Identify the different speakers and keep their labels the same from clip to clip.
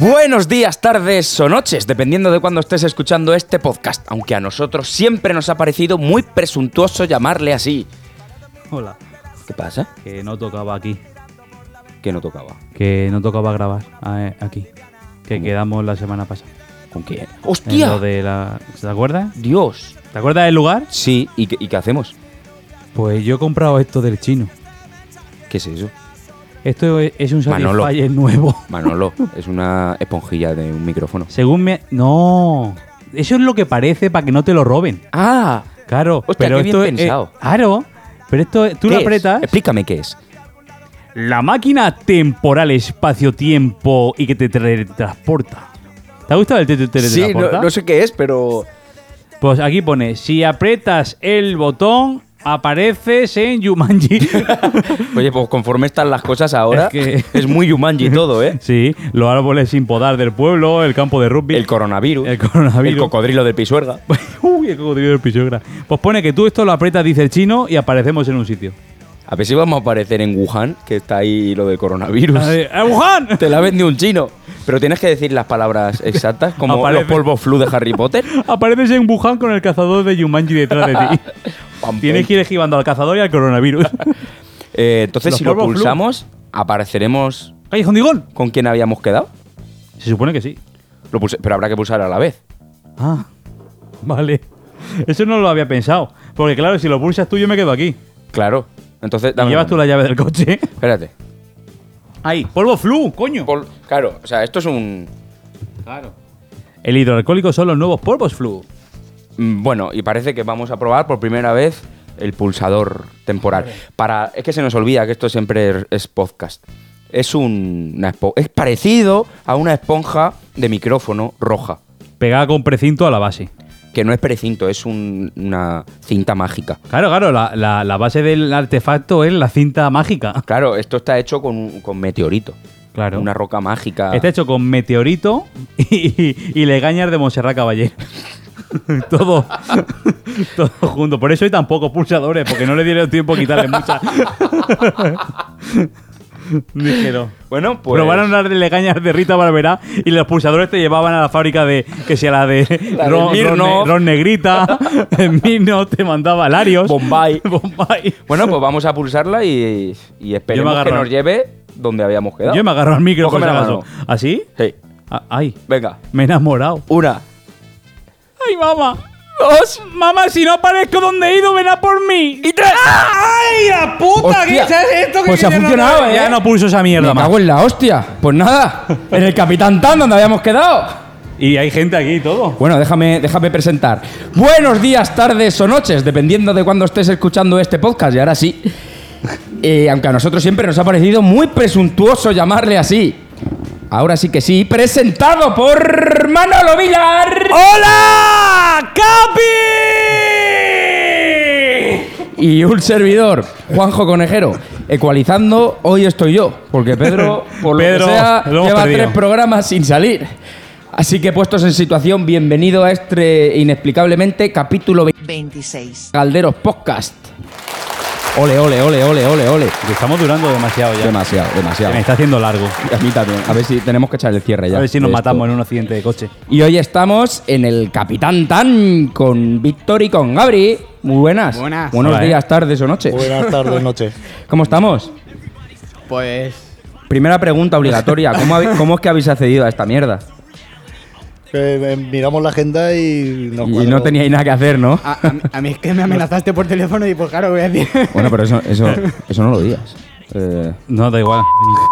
Speaker 1: Buenos días, tardes o noches, dependiendo de cuándo estés escuchando este podcast, aunque a nosotros siempre nos ha parecido muy presuntuoso llamarle así.
Speaker 2: Hola.
Speaker 1: ¿Qué pasa?
Speaker 2: Que no tocaba aquí.
Speaker 1: Que no tocaba.
Speaker 2: Que no tocaba grabar eh, aquí. Que quedamos la semana pasada.
Speaker 1: ¿Con quién?
Speaker 2: En lo
Speaker 1: ¡Hostia!
Speaker 2: de la... ¿Te acuerdas?
Speaker 1: Dios.
Speaker 2: ¿Te acuerdas del lugar?
Speaker 1: Sí, ¿y qué, y qué hacemos?
Speaker 2: Pues yo he comprado esto del chino.
Speaker 1: ¿Qué es eso?
Speaker 2: Esto es es un
Speaker 1: Manolo.
Speaker 2: Satisfyer nuevo.
Speaker 1: Manolo, es una esponjilla de un micrófono.
Speaker 2: Según me... No. Eso es lo que parece para que no te lo roben.
Speaker 1: ¡Ah!
Speaker 2: Claro.
Speaker 1: Hostia,
Speaker 2: pero
Speaker 1: qué bien
Speaker 2: esto es-
Speaker 1: pensado.
Speaker 2: eh, claro. Pero esto es- tú
Speaker 1: ¿Qué
Speaker 2: lo
Speaker 1: es?
Speaker 2: apretas.
Speaker 1: Explícame qué es.
Speaker 2: La máquina temporal, espacio-tiempo y que te teletransporta. ¿Te ha gustado el te- te- teletransporta?
Speaker 1: sé qué es, pero.
Speaker 2: Pues aquí pone, si aprietas el botón, apareces en Yumanji.
Speaker 1: Oye, pues conforme están las cosas ahora,
Speaker 2: Es que-
Speaker 1: es muy Yumanji todo, ¿eh?
Speaker 2: sí, los árboles sin podar del pueblo, el campo de rugby.
Speaker 1: El coronavirus.
Speaker 2: El coronavirus.
Speaker 1: El cocodrilo del Pisuerga.
Speaker 2: Uy, el cocodrilo del pisogra. Pues pone que tú esto lo aprietas, dice el chino, y aparecemos en un sitio.
Speaker 1: A ver si vamos a aparecer en Wuhan, que está ahí lo del coronavirus.
Speaker 2: A ver, ¡eh, Wuhan!
Speaker 1: Te la vende un chino. Pero tienes que decir las palabras exactas, como
Speaker 2: Aparece.
Speaker 1: los polvos flu de Harry Potter.
Speaker 2: Apareces en Wuhan con el cazador de Yumanji detrás de ti.
Speaker 1: Pam,
Speaker 2: Tienes
Speaker 1: pum.
Speaker 2: que ir esquivando al cazador y al coronavirus.
Speaker 1: Eh, entonces,
Speaker 2: Los
Speaker 1: si lo
Speaker 2: polvos flu.
Speaker 1: pulsamos, apareceremos
Speaker 2: ¡Callejón de Gol!
Speaker 1: con quien habíamos quedado.
Speaker 2: Se supone que sí.
Speaker 1: Lo pulse- pero habrá que pulsar a la vez.
Speaker 2: Ah, vale. Eso no lo había pensado. Porque claro, si lo pulsas tú, yo me quedo aquí.
Speaker 1: Claro. Entonces,
Speaker 2: Y
Speaker 1: dame
Speaker 2: llevas
Speaker 1: un
Speaker 2: tú la llave del coche.
Speaker 1: momento. Espérate.
Speaker 2: Ahí. Polvo flu, coño.
Speaker 1: Pol- claro, o sea, esto es un.
Speaker 2: claro. El hidroalcohólico son los nuevos polvos flu.
Speaker 1: Mm, Bueno, y parece que vamos a probar por primera vez el pulsador temporal. Para, es que se nos olvida que esto siempre es podcast. Es un, una espo- es parecido a una esponja de micrófono roja,
Speaker 2: Pegada con precinto a la base.
Speaker 1: que no es precinto, es un- una cinta mágica.
Speaker 2: Claro, claro, la, la- la base del artefacto es la cinta mágica.
Speaker 1: Claro, esto está hecho con, un- con meteorito,
Speaker 2: Claro. Este
Speaker 1: una roca mágica.
Speaker 2: Está hecho con meteorito y, y legañas de Montserrat Caballé. todo, todo junto. Por eso hay tan pocos pulsadores, porque no le dieron tiempo a quitarle muchas. Dijeron.
Speaker 1: Bueno, pues
Speaker 2: Probaron las legañas de Rita Barberá y los pulsadores te llevaban a la fábrica de, que sea la de
Speaker 1: La de
Speaker 2: Ron,
Speaker 1: Mirno.
Speaker 2: Ron Ne- Ron Negrita, el Mirno te mandaba Larios.
Speaker 1: Bombay.
Speaker 2: Bombay.
Speaker 1: Bueno, pues vamos a pulsarla y, y esperemos que
Speaker 2: agarro.
Speaker 1: nos lleve donde habíamos quedado.
Speaker 2: Yo me agarro al micro por
Speaker 1: Cógeme
Speaker 2: si
Speaker 1: la
Speaker 2: acaso.
Speaker 1: mano.
Speaker 2: ¿Así?
Speaker 1: Sí,
Speaker 2: A- Ay,
Speaker 1: venga,
Speaker 2: me he enamorado.
Speaker 1: una,
Speaker 2: ¡Ay, mamá! ¡Dos! ¡Mamá, si no aparezco donde he ido, ven a por mí! ¡Y tres! ¡Ay, la puta!
Speaker 3: Hostia. ¿Qué es esto que
Speaker 2: Pues
Speaker 3: yo
Speaker 2: ha
Speaker 3: ya no
Speaker 2: funcionado,
Speaker 3: veo?
Speaker 2: ¿eh? Ya no pulso esa mierda
Speaker 3: Me
Speaker 2: más.
Speaker 3: cago en la hostia. Pues nada, en el Capitán Tan donde habíamos quedado.
Speaker 2: Y hay gente aquí y todo.
Speaker 3: Bueno, déjame, déjame presentar. Buenos días, tardes o noches, dependiendo de cuándo estés escuchando este podcast. Y ahora sí, eh, aunque a nosotros siempre nos ha parecido muy presuntuoso llamarle así. Ahora sí que sí, presentado por Manolo Villar.
Speaker 2: ¡Hola! ¡Capi!
Speaker 3: Y un servidor, Juanjo Conejero, ecualizando, hoy estoy yo, porque Pedro, por lo
Speaker 2: Pedro,
Speaker 3: que sea,
Speaker 2: lo hemos
Speaker 3: lleva
Speaker 2: perdido.
Speaker 3: tres programas sin salir. Así que puestos en situación, bienvenido a este inexplicablemente capítulo 20
Speaker 4: 26.
Speaker 3: Calderos Podcast. Ole, ole, ole, ole, ole, ole.
Speaker 2: Estamos durando demasiado ya.
Speaker 3: Demasiado, demasiado.
Speaker 2: Me está haciendo largo.
Speaker 3: Y A mí también. A ver si tenemos que echar el cierre ya.
Speaker 2: A ver si nos
Speaker 3: de esto.
Speaker 2: matamos en un accidente de coche.
Speaker 3: Y hoy estamos en el Capitán Tan con Víctor y con Gabri. Muy buenas.
Speaker 5: Buenas.
Speaker 3: Buenos
Speaker 2: Hola, ¿eh?
Speaker 3: días, tardes o noches.
Speaker 5: Buenas tardes, noches.
Speaker 3: ¿Cómo estamos?
Speaker 5: Pues.
Speaker 3: Primera pregunta obligatoria. ¿Cómo, habe- cómo es que habéis accedido a esta mierda?
Speaker 6: Eh, eh, miramos la agenda y nos
Speaker 3: Y
Speaker 6: cuadró.
Speaker 3: no teníais nada que hacer, ¿no?
Speaker 5: A, a mí- a mí es que me amenazaste por teléfono y pues claro, voy a decir.
Speaker 3: Bueno, pero eso, eso, eso no lo digas. Eh,
Speaker 2: No, da igual.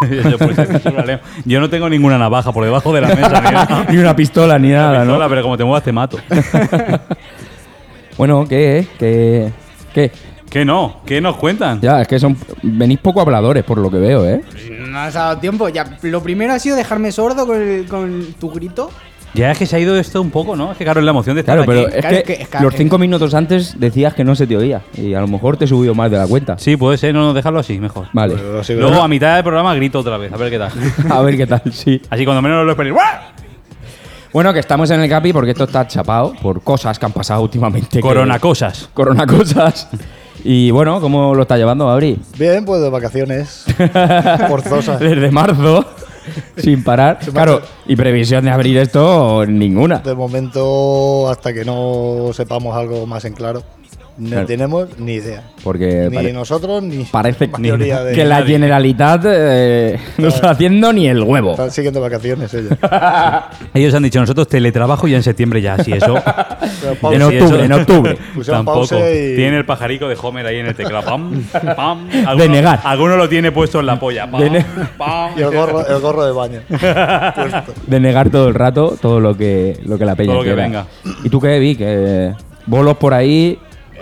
Speaker 2: Yo, pues, eso lo leo. Yo no tengo ninguna navaja por debajo de la mesa.
Speaker 3: ni una pistola, ni nada,
Speaker 2: Nada,
Speaker 3: ¿no?
Speaker 2: Pero como te muevas te mato.
Speaker 3: Bueno, ¿qué? eh? ¿Qué? ¿Qué?
Speaker 2: ¿Qué no? ¿Qué nos cuentan?
Speaker 3: Ya, es que son, venís poco habladores, por lo que veo, ¿eh?
Speaker 5: No has dado tiempo. Ya, lo primero ha sido dejarme sordo con, el- con tu grito.
Speaker 2: Ya es que se ha ido esto un poco, ¿no? Es que claro, es la emoción de estar
Speaker 3: Claro, pero
Speaker 2: aquí.
Speaker 3: es
Speaker 5: claro, es
Speaker 3: que
Speaker 5: que- es que-
Speaker 3: los cinco minutos antes decías que no se te oía. Y a lo mejor te subió más de la cuenta.
Speaker 2: Sí, puede ser. No, no, dejarlo así, mejor.
Speaker 3: Vale.
Speaker 6: Pero sí,
Speaker 2: Luego
Speaker 6: ¿verdad?
Speaker 2: a mitad del programa grito otra vez, a ver qué tal.
Speaker 3: A ver qué tal, sí.
Speaker 2: Así cuando menos lo esperéis. ¡guau!
Speaker 3: Bueno, que estamos en el Capi porque esto está chapado por cosas que han pasado últimamente. que-
Speaker 2: Corona cosas.
Speaker 3: Corona cosas. Y bueno, ¿cómo lo está llevando, Abri?
Speaker 6: Bien, pues de vacaciones. Forzosas.
Speaker 3: Desde marzo. sin parar.
Speaker 6: Se me
Speaker 3: Claro,
Speaker 6: hace-
Speaker 3: y previsión de abrir esto, ninguna.
Speaker 6: De momento, hasta que no sepamos algo más en claro, no
Speaker 3: Claro.
Speaker 6: tenemos ni idea.
Speaker 3: Porque
Speaker 6: ni
Speaker 3: pare-
Speaker 6: nosotros, ni
Speaker 3: parece
Speaker 6: la mayoría de...
Speaker 3: que la Generalitat eh, no está haciendo ni el huevo.
Speaker 6: Están siguiendo vacaciones ellos.
Speaker 2: Ellos han dicho, nosotros teletrabajo ya en septiembre ya, si eso.
Speaker 6: pausa.
Speaker 3: En
Speaker 2: Si eso-
Speaker 3: octubre, en octubre.
Speaker 6: Pusieron
Speaker 2: Tampoco.
Speaker 6: pausa y-
Speaker 2: Tiene el pajarico de Homer ahí en el teclado. Pam, pam. Alguno,
Speaker 3: De negar.
Speaker 2: Alguno lo tiene puesto en la polla. Pam,
Speaker 3: De ne-
Speaker 2: pam.
Speaker 6: Y el gorro, el gorro de baño. Puesto.
Speaker 3: De negar todo el rato todo lo que, lo que la peña
Speaker 2: Todo lo que
Speaker 3: quiera.
Speaker 2: venga.
Speaker 3: ¿Y tú qué, Vic? Eh, ¿Bolos por ahí?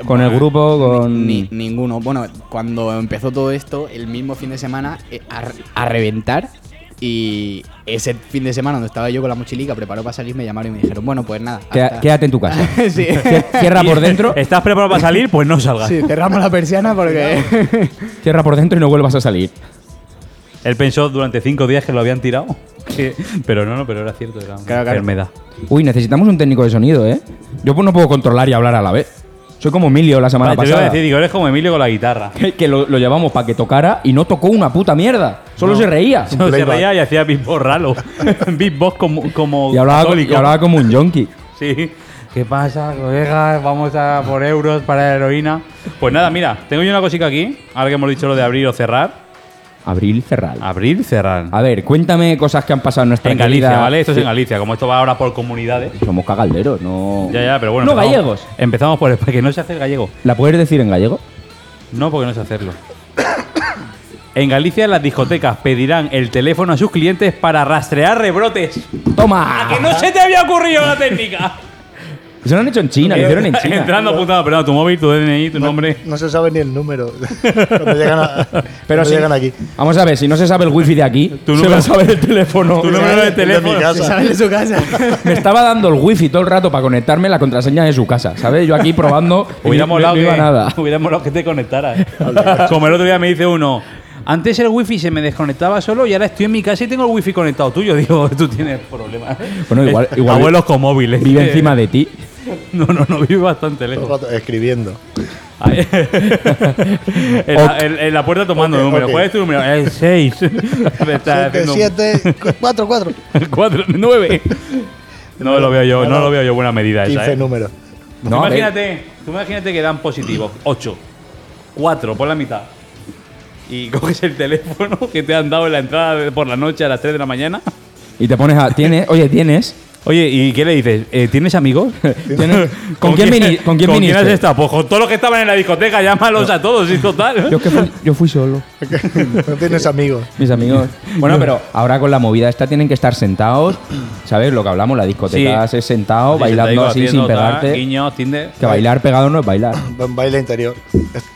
Speaker 3: ¿Con el grupo? con
Speaker 5: Ni- ninguno. Bueno, cuando empezó todo esto, el mismo fin de semana eh, a, re- a reventar. Y ese fin de semana donde estaba yo con la mochilica, preparó para salir, me llamaron y me dijeron, bueno, pues nada.
Speaker 3: Queda-
Speaker 5: hasta-
Speaker 3: Quédate en tu casa.
Speaker 5: sí.
Speaker 3: Cier- Cierra por dentro,
Speaker 2: ¿Estás preparado para salir? Pues no salgas.
Speaker 5: Sí, cerramos la persiana porque.
Speaker 3: cierra por dentro y no vuelvas a salir.
Speaker 2: Él pensó durante cinco días que lo habían tirado. Que- Pero no, no, pero era cierto, era una
Speaker 5: Claro, claro.
Speaker 2: enfermedad.
Speaker 3: Uy, necesitamos un técnico de sonido, ¿eh? Yo pues no puedo controlar y hablar a la vez. Soy como Emilio la semana
Speaker 2: Vale, te lo iba a
Speaker 3: pasada.
Speaker 2: decir, digo, eres como Emilio con la guitarra.
Speaker 3: que, que lo, lo llevamos para que tocara y no tocó una puta mierda. Solo se reía.
Speaker 2: No se
Speaker 6: Playback.
Speaker 2: reía y hacía beatbox ralo. beatbox como, como
Speaker 3: Y hablaba, co-
Speaker 2: católico.
Speaker 3: y hablaba como un yonki.
Speaker 2: Sí. ¿Qué pasa, colegas? Vamos a por euros para heroína. Pues nada, mira, tengo yo una cosita aquí. Ahora que hemos dicho lo de abrir o cerrar.
Speaker 3: Abril Cerral.
Speaker 2: Abrir, cerrar.
Speaker 3: A ver, cuéntame cosas que han pasado en nuestra
Speaker 2: En Galicia,
Speaker 3: querida-
Speaker 2: ¿vale? Esto es en Galicia. Como esto va ahora por comunidades.
Speaker 3: Somos cagalderos, no.
Speaker 2: Ya, ya, pero bueno.
Speaker 3: No
Speaker 2: empezamos-
Speaker 3: gallegos.
Speaker 2: Empezamos por el. Porque no sé hacer gallego.
Speaker 3: ¿La puedes decir en gallego?
Speaker 2: No, porque no sé hacerlo. En Galicia las discotecas pedirán el teléfono a sus clientes para rastrear rebrotes. Ah,
Speaker 3: ¡Toma!
Speaker 2: ¡Que no se te había ocurrido la técnica!
Speaker 3: Eso lo han hecho en China, lo hicieron en China.
Speaker 2: Entrando apuntado, pero no, tu móvil, tu DNI, tu nombre.
Speaker 6: No se sabe ni el número. Cuando llegan, a-
Speaker 3: Pero
Speaker 6: cuando
Speaker 3: si,
Speaker 6: llegan aquí.
Speaker 3: Vamos a ver, si no se sabe el wifi de aquí,
Speaker 2: Tu
Speaker 3: se
Speaker 2: número-
Speaker 3: va a saber el teléfono.
Speaker 2: Tu número de
Speaker 6: El de mi
Speaker 2: teléfono.
Speaker 6: casa.
Speaker 5: Se sale de su casa.
Speaker 3: Me estaba dando el wifi todo el rato para conectarme la contraseña de su casa, ¿sabes? Yo aquí probando. y
Speaker 2: Hubiera
Speaker 3: no-
Speaker 2: molado,
Speaker 3: no iba
Speaker 2: que,
Speaker 3: nada.
Speaker 2: hubiera molado que te conectaras. eh. Como el otro día me dice uno, antes el wifi se me desconectaba solo y ahora estoy en mi casa y tengo el wifi conectado tuyo. Digo, tú tienes problemas.
Speaker 3: Bueno, igual-
Speaker 2: Eh,
Speaker 3: igual-
Speaker 2: Abuelos con móviles.
Speaker 3: Vive encima de ti.
Speaker 2: No, no, no, vive bastante
Speaker 6: Todo el
Speaker 2: lejos.
Speaker 6: rato Escribiendo.
Speaker 2: Ahí. en, la, en- en la puerta tomando
Speaker 6: Ok,
Speaker 2: número.
Speaker 6: ok.
Speaker 2: ¿Cuál es tu número? El 6.
Speaker 6: Siete, siete, cu- cuatro, cuatro.
Speaker 2: 4, 9. No lo veo yo,
Speaker 6: No,
Speaker 2: no
Speaker 6: no.
Speaker 2: lo veo yo buena medida esa.
Speaker 6: Quince
Speaker 2: eh.
Speaker 6: números.
Speaker 3: No, a ver,
Speaker 2: imagínate, tú imagínate que dan positivos, 8, 4, por la mitad. Y coges el teléfono que te han dado en la entrada de- por la noche a las 3 de la mañana.
Speaker 3: Y te pones a. ¿Tienes? Oye, ¿tienes?
Speaker 2: Oye, ¿y qué le dices? Eh, ¿Tienes amigos?
Speaker 3: ¿Tienes- ¿Con, quién, vini- ¿Con quién viniste?
Speaker 2: has estado? Pues con todos los que estaban en la discoteca, llámalos a todos y total.
Speaker 3: Yo, es que fui, yo fui solo.
Speaker 6: No tienes amigos.
Speaker 3: Mis amigos. Bueno, pero ahora con la movida esta tienen que estar sentados. ¿Sabes? Lo que hablamos, la discoteca
Speaker 2: Sí.
Speaker 3: es sentado,
Speaker 2: Sí, te
Speaker 3: bailando
Speaker 2: digo,
Speaker 3: así sin
Speaker 2: haciendo tal,
Speaker 3: pegarte.
Speaker 2: Guiños, Tinder.
Speaker 3: Que bailar pegado no es bailar.
Speaker 6: Un baile interior.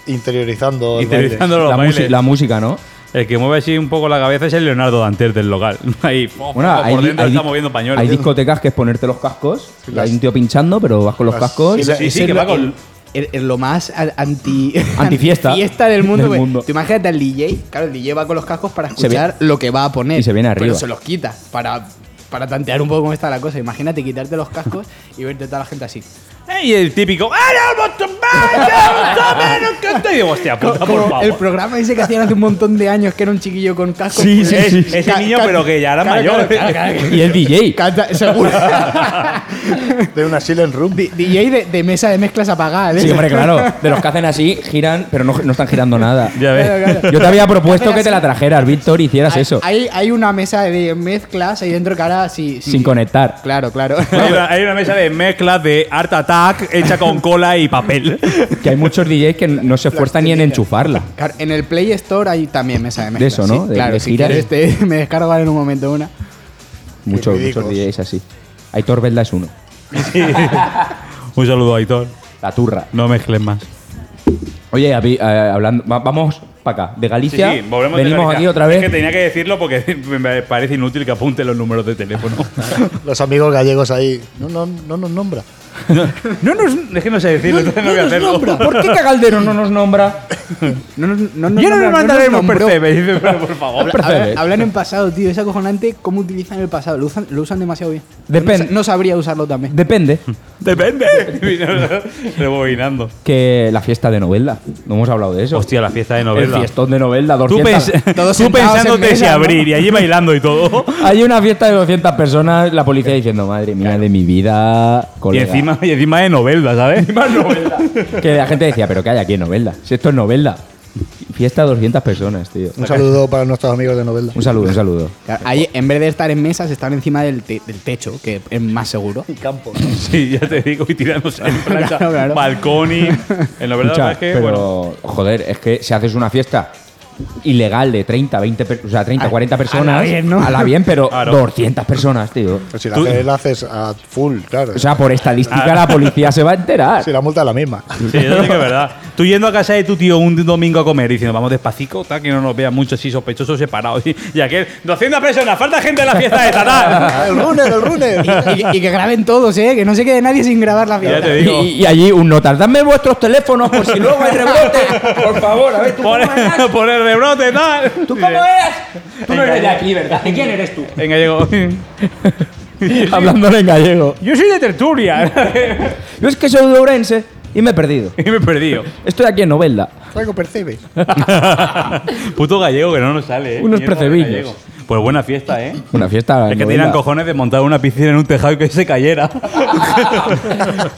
Speaker 6: Interiorizando. el
Speaker 2: Interiorizando
Speaker 6: baile.
Speaker 2: los
Speaker 3: La, musi-
Speaker 2: bailes.
Speaker 3: la música, ¿no?
Speaker 2: El que mueve así un poco la cabeza es el Leonardo Danter del local. Ahí,
Speaker 3: Bueno,
Speaker 2: por
Speaker 3: hay,
Speaker 2: dentro
Speaker 3: hay-
Speaker 2: está moviendo pañuelos.
Speaker 3: hay discotecas que es ponerte los cascos. y
Speaker 6: Las-
Speaker 3: hay un tío pinchando, pero vas con los
Speaker 6: las-
Speaker 3: cascos.
Speaker 6: sí, las-
Speaker 2: sí, sí,
Speaker 5: Eso
Speaker 2: que
Speaker 5: es
Speaker 2: va
Speaker 5: lo-
Speaker 2: con.
Speaker 5: Es es lo más a- anti.
Speaker 3: Antifiesta.
Speaker 5: antifiesta del mundo.
Speaker 3: Del
Speaker 5: porque
Speaker 3: mundo.
Speaker 5: Tú imagínate al DJ. Claro, el DJ va con los cascos para
Speaker 3: Se viene-
Speaker 5: escuchar lo que va a poner.
Speaker 3: y se viene arriba.
Speaker 5: Pero se los quita para, para tantear un poco cómo está la cosa. Imagínate quitarte los cascos y verte toda la gente así.
Speaker 2: Y el típico. "Ah, no, no, no, no, no, no, no, no, no". Y digo, hostia puta, por
Speaker 5: Como El
Speaker 2: favor.
Speaker 5: programa ese que hacían hace un montón de años, que era un chiquillo con cascos.
Speaker 3: Sí, sí,
Speaker 5: Es-
Speaker 3: sí.
Speaker 5: ca-
Speaker 2: Ese niño,
Speaker 5: ca-
Speaker 2: pero que ya era
Speaker 5: claro,
Speaker 2: mayor.
Speaker 5: claro, claro, claro.
Speaker 3: Y el DJ.
Speaker 5: Canta- seguro.
Speaker 6: De una silent room.
Speaker 5: Di- DJ de, de mesa de mezclas apagada. ¿eh?
Speaker 3: Sí, hombre, claro. De los que hacen así, giran, pero no, no están girando nada.
Speaker 2: Ya ves.
Speaker 5: Claro, claro.
Speaker 3: Yo te había propuesto
Speaker 5: Hacen
Speaker 3: que te la
Speaker 5: así.
Speaker 3: trajeras, Víctor, y hicieras
Speaker 5: Hay-
Speaker 3: eso.
Speaker 5: Hay, hay una mesa de mezclas ahí dentro que ahora sí. sí.
Speaker 3: Sin conectar.
Speaker 5: Claro, claro.
Speaker 2: Hay una, hay una mesa de mezclas de Art Attack hecha con cola y papel.
Speaker 3: Que hay muchos DJs que no se esfuerzan ni en enchufarla.
Speaker 5: Claro, en el Play Store hay también mesa de mezclas.
Speaker 3: eso, ¿no?
Speaker 5: sí,
Speaker 3: De-
Speaker 5: claro,
Speaker 3: de
Speaker 5: si
Speaker 3: girar.
Speaker 5: quieres te- me descargo ahora en un momento una.
Speaker 3: Muchos, muchos
Speaker 6: ridículos.
Speaker 3: DJs así. Aitor Velda es uno.
Speaker 2: Un saludo, Aitor.
Speaker 3: La turra.
Speaker 2: No mezcles más.
Speaker 3: Oye, habi- eh, hablando, va- vamos para acá. De Galicia,
Speaker 2: de
Speaker 3: venimos
Speaker 2: Galicia.
Speaker 3: aquí otra
Speaker 2: Es que
Speaker 3: vez.
Speaker 2: tenía que decirlo porque me parece inútil que apunte los números de teléfono.
Speaker 6: Los amigos gallegos ahí. No, no, no nos nombra.
Speaker 2: No, no, es que no sé decirlo, entonces no voy a hacerlo.
Speaker 3: ¿Por qué Cagaldero no nos nombra?
Speaker 5: No, nos- no, nos
Speaker 2: Ya no
Speaker 5: nombra-
Speaker 2: me mandaremos
Speaker 5: nos nombró.
Speaker 2: Percebe. Dice, pero por favor.
Speaker 5: Habla-
Speaker 3: Percebe.
Speaker 5: habla- hablan en pasado, tío. Es acojonante cómo utilizan el pasado. Lo usan, lo usan demasiado bien.
Speaker 3: Depende.
Speaker 5: No, sa- no sabría usarlo también.
Speaker 3: Depende.
Speaker 2: Depende. Rebobinando.
Speaker 3: Que la fiesta de Novelda. No hemos hablado de eso.
Speaker 2: Hostia, la fiesta de
Speaker 3: el
Speaker 2: novela.
Speaker 3: fiestón de Novelda.
Speaker 2: Tú,
Speaker 3: 200.
Speaker 2: pens-
Speaker 5: todos
Speaker 2: tú
Speaker 5: sentados en
Speaker 2: pensándote si
Speaker 5: mesa, ¿no?
Speaker 2: abrir y allí bailando y todo.
Speaker 3: Hay una fiesta de 200 personas, la policía diciendo, madre mía, de mi vida,
Speaker 2: Y
Speaker 3: colega.
Speaker 2: encima, y encima de novelda, ¿sabes?
Speaker 3: Que la gente decía, pero ¿qué hay aquí en Novelda? Si esto es Novelda. Fiesta de 200 personas, tío.
Speaker 6: Un saludo para nuestros amigos de Novelda.
Speaker 3: Un saludo, un saludo.
Speaker 5: Claro, ahí, en vez de estar en mesas, están encima del, te- del techo, que es más seguro.
Speaker 2: Sí, ya te digo, y tirándose en plancha.
Speaker 5: Claro, claro.
Speaker 2: Balcón y. En la verdad,
Speaker 3: Escucha,
Speaker 2: es que.
Speaker 3: pero,
Speaker 2: bueno,
Speaker 3: joder, es que si haces una fiesta ilegal de 30, 20, per- o sea, 30, 40 personas.
Speaker 5: a la bien, ¿no?
Speaker 3: a la bien, pero
Speaker 2: Claro.
Speaker 3: 200 personas, tío.
Speaker 6: Pero Pues si la
Speaker 2: Tú-
Speaker 6: haces, la haces a full, claro.
Speaker 3: O sea, por estadística
Speaker 2: Ah.
Speaker 3: la policía se va a enterar.
Speaker 6: si la multa es la misma.
Speaker 2: Sí, eso sí que es verdad. Tú yendo a casa de tu tío un domingo a comer diciendo, vamos despacito, tal, que no nos vean muchos así sospechosos separados. Y, y aquel, 200 personas, falta gente en la fiesta de tal.
Speaker 6: el runner, el
Speaker 5: Y,
Speaker 6: runner.
Speaker 5: y- y que graben todos, ¿eh? Que no se quede nadie sin grabar
Speaker 2: Ya
Speaker 5: la fiesta.
Speaker 2: te
Speaker 3: Y,
Speaker 2: digo.
Speaker 3: y allí un notar, dame vuestros teléfonos por si luego hay rebote. Por favor, a ver, tú
Speaker 2: Poner,
Speaker 3: cómo eras.
Speaker 2: poner rebrote, tal.
Speaker 3: ¿Tú cómo eres? Tú no eres de aquí, ¿verdad? ¿De quién eres tú?
Speaker 2: En gallego.
Speaker 3: Hablándole en gallego.
Speaker 2: Yo soy de Tertulia.
Speaker 3: Yo es que soy de Ourense y me he perdido.
Speaker 2: y me he perdido.
Speaker 3: Estoy aquí en Novelda.
Speaker 6: Traigo percebe.
Speaker 2: Puto gallego que no nos sale, ¿eh? Mierda
Speaker 3: Unos
Speaker 2: de
Speaker 3: precebillos.
Speaker 2: gallego. Pues buena fiesta, ¿eh?
Speaker 3: Una fiesta.
Speaker 2: Es
Speaker 3: en
Speaker 2: que
Speaker 3: Novelda.
Speaker 2: tenían cojones de montar una piscina en un tejado y que se cayera.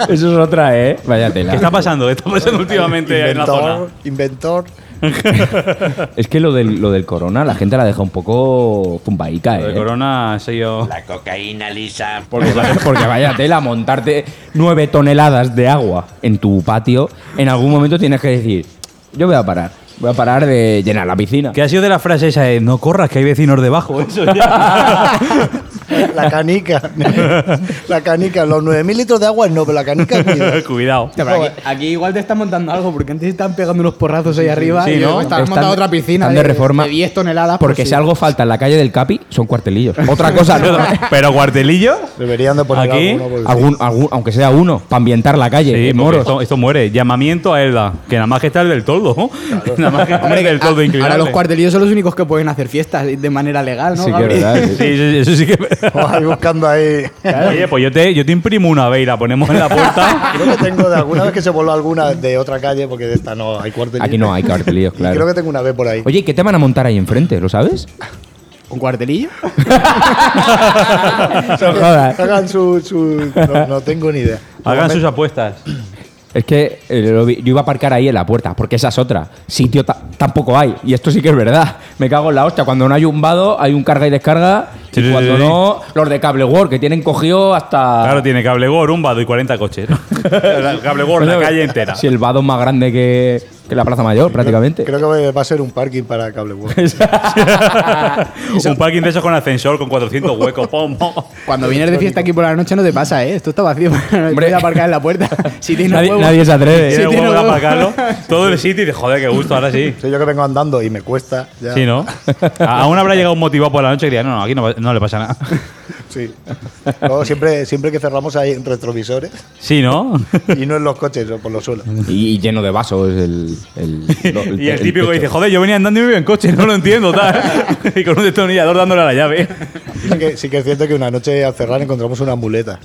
Speaker 3: Eso es otra, ¿eh? Vaya tela.
Speaker 2: ¿Qué está pasando? ¿Qué está pasando últimamente en la zona?
Speaker 6: Inventor, inventor.
Speaker 3: Es que lo del, lo del corona, la gente la deja un poco zumbaica,
Speaker 2: Lo de
Speaker 3: ¿eh?
Speaker 2: Corona, sello.
Speaker 4: La cocaína lisa.
Speaker 3: Porque, porque vaya tela, montarte nueve toneladas de agua en tu patio, en algún momento tienes que decir, yo voy a parar, voy a parar de llenar la piscina.
Speaker 2: ¿Qué ha sido de la frase esa de no corras que hay vecinos debajo? Eso ya.
Speaker 6: La canica. la canica. Los 9.000 litros de agua no, pero la canica. cuidado.
Speaker 2: Cuidado.
Speaker 5: Hostia, pero aquí, aquí igual te están montando algo, porque antes estaban pegando unos porrazos ahí arriba.
Speaker 2: sí,
Speaker 5: y
Speaker 2: ¿no?
Speaker 5: luego Estaban montando otra piscina.
Speaker 3: están de reforma.
Speaker 5: De 10 toneladas. por
Speaker 3: Porque
Speaker 5: si-
Speaker 3: si algo falta en la calle del Capi, son cuartelillos. Otra cosa, no.
Speaker 2: Pero cuartelillo.
Speaker 6: Deberían de poner
Speaker 2: ¿Aquí?
Speaker 6: alguno. porque-
Speaker 3: Algún- algún- aunque sea uno, para ambientar la calle.
Speaker 2: Sí,
Speaker 3: eh,
Speaker 2: porque
Speaker 3: moros.
Speaker 2: esto, esto muere. Llamamiento a Elda. Que nada más que está el del toldo. ¿no? Nada más que está
Speaker 5: Hombre,
Speaker 2: el del
Speaker 5: que a-
Speaker 2: toldo inclinable.
Speaker 5: ahora los cuartelillos son los únicos que pueden hacer fiestas de manera legal, ¿no?
Speaker 3: Sí, que es
Speaker 5: Gabriel?
Speaker 3: verdad.
Speaker 2: Sí, sí, sí, eso sí que.
Speaker 6: Ahí buscando ahí.
Speaker 2: Oye, pues yo te, yo te imprimo una ve y la ponemos en la puerta.
Speaker 6: Creo que tengo de alguna vez que se voló alguna de otra calle, porque de esta no hay cuartelillo.
Speaker 3: Aquí no hay cuartelillos,
Speaker 6: Y Creo
Speaker 3: claro.
Speaker 6: que tengo una vez por ahí.
Speaker 3: Oye, ¿y ¿qué te van a montar ahí enfrente? ¿Lo sabes?
Speaker 5: ¿Un cuartelillo?
Speaker 3: No jodas.
Speaker 6: Hagan su. su- no, no tengo ni idea.
Speaker 2: Hagan sus apuestas.
Speaker 3: Es que eh, lo vi- yo iba a aparcar ahí en la puerta, porque esa es otra. Sitio ta- tampoco hay. Y esto sí que es verdad. Me cago en la hostia. Cuando no hay un vado, hay un carga y descarga.
Speaker 2: Sí,
Speaker 3: y
Speaker 2: sí,
Speaker 3: cuando
Speaker 2: sí, sí.
Speaker 3: no, los de Cable World, que tienen cogido hasta.
Speaker 2: Claro, tiene cable gore, un vado y 40 coches. cable gore, la
Speaker 3: Coño,
Speaker 2: calle entera.
Speaker 3: Si el vado es más grande que, que la Plaza Mayor, prácticamente.
Speaker 6: Creo que va a ser un parking para cable World.
Speaker 2: un parking de esos con ascensor, con 400 huecos. Pomo.
Speaker 5: Cuando vienes de fiesta aquí por la noche no te pasa, ¿eh? Esto está vacío.
Speaker 3: Hombre.
Speaker 5: Hombre, voy a aparcar en la puerta. Si tienes
Speaker 3: nadie,
Speaker 5: huevos.
Speaker 3: nadie se atreve.
Speaker 2: Tiene
Speaker 5: Sí, tiene
Speaker 2: huevo para
Speaker 5: huevo.
Speaker 2: aparcarlo. Todo el sitio y dice, joder, qué gusto, ahora sí.
Speaker 6: Soy yo que vengo andando y me cuesta. Ya.
Speaker 2: Sí, ¿no? A- Aún habrá llegado un motivado por la noche y diría, no, no, aquí no, va- no le pasa nada.
Speaker 6: Sí. Luego siempre, siempre que cerramos hay retrovisores
Speaker 2: Sí, ¿no?
Speaker 6: y no en los coches o por los suelos.
Speaker 3: Y, y lleno de vasos el. el- lo-
Speaker 2: Y el
Speaker 3: el
Speaker 2: típico que
Speaker 3: techo.
Speaker 2: dice, joder, yo venía andando y me iba en coche, no lo entiendo, tal. Y con un destornillador dándole a la llave.
Speaker 6: Sí que, sí que es cierto que una noche al cerrar encontramos unas muletas.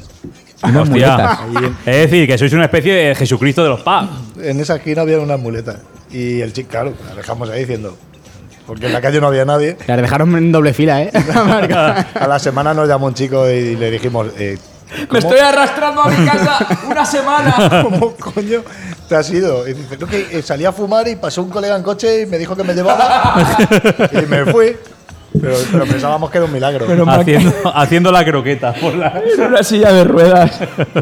Speaker 3: Unas muletas.
Speaker 2: Es decir, que sois una especie de Jesucristo de los pubs.
Speaker 6: En esa esquina había unas muletas. Y el chico, claro, la dejamos ahí diciendo. Porque en la calle no había nadie.
Speaker 5: Las dejaron en doble fila, ¿eh?
Speaker 6: A la semana nos llamó un chico y le dijimos, eh,
Speaker 3: Me estoy arrastrando a mi casa una semana.
Speaker 6: ¿cómo coño te has ido? Y dice, no, que eh, salí a fumar y pasó un colega en coche y me dijo que me llevaba. y me fui. Pero, pero pensábamos que era un milagro.
Speaker 3: Pero-
Speaker 2: Haciendo, haciendo la croqueta. por la-
Speaker 3: En una silla de ruedas.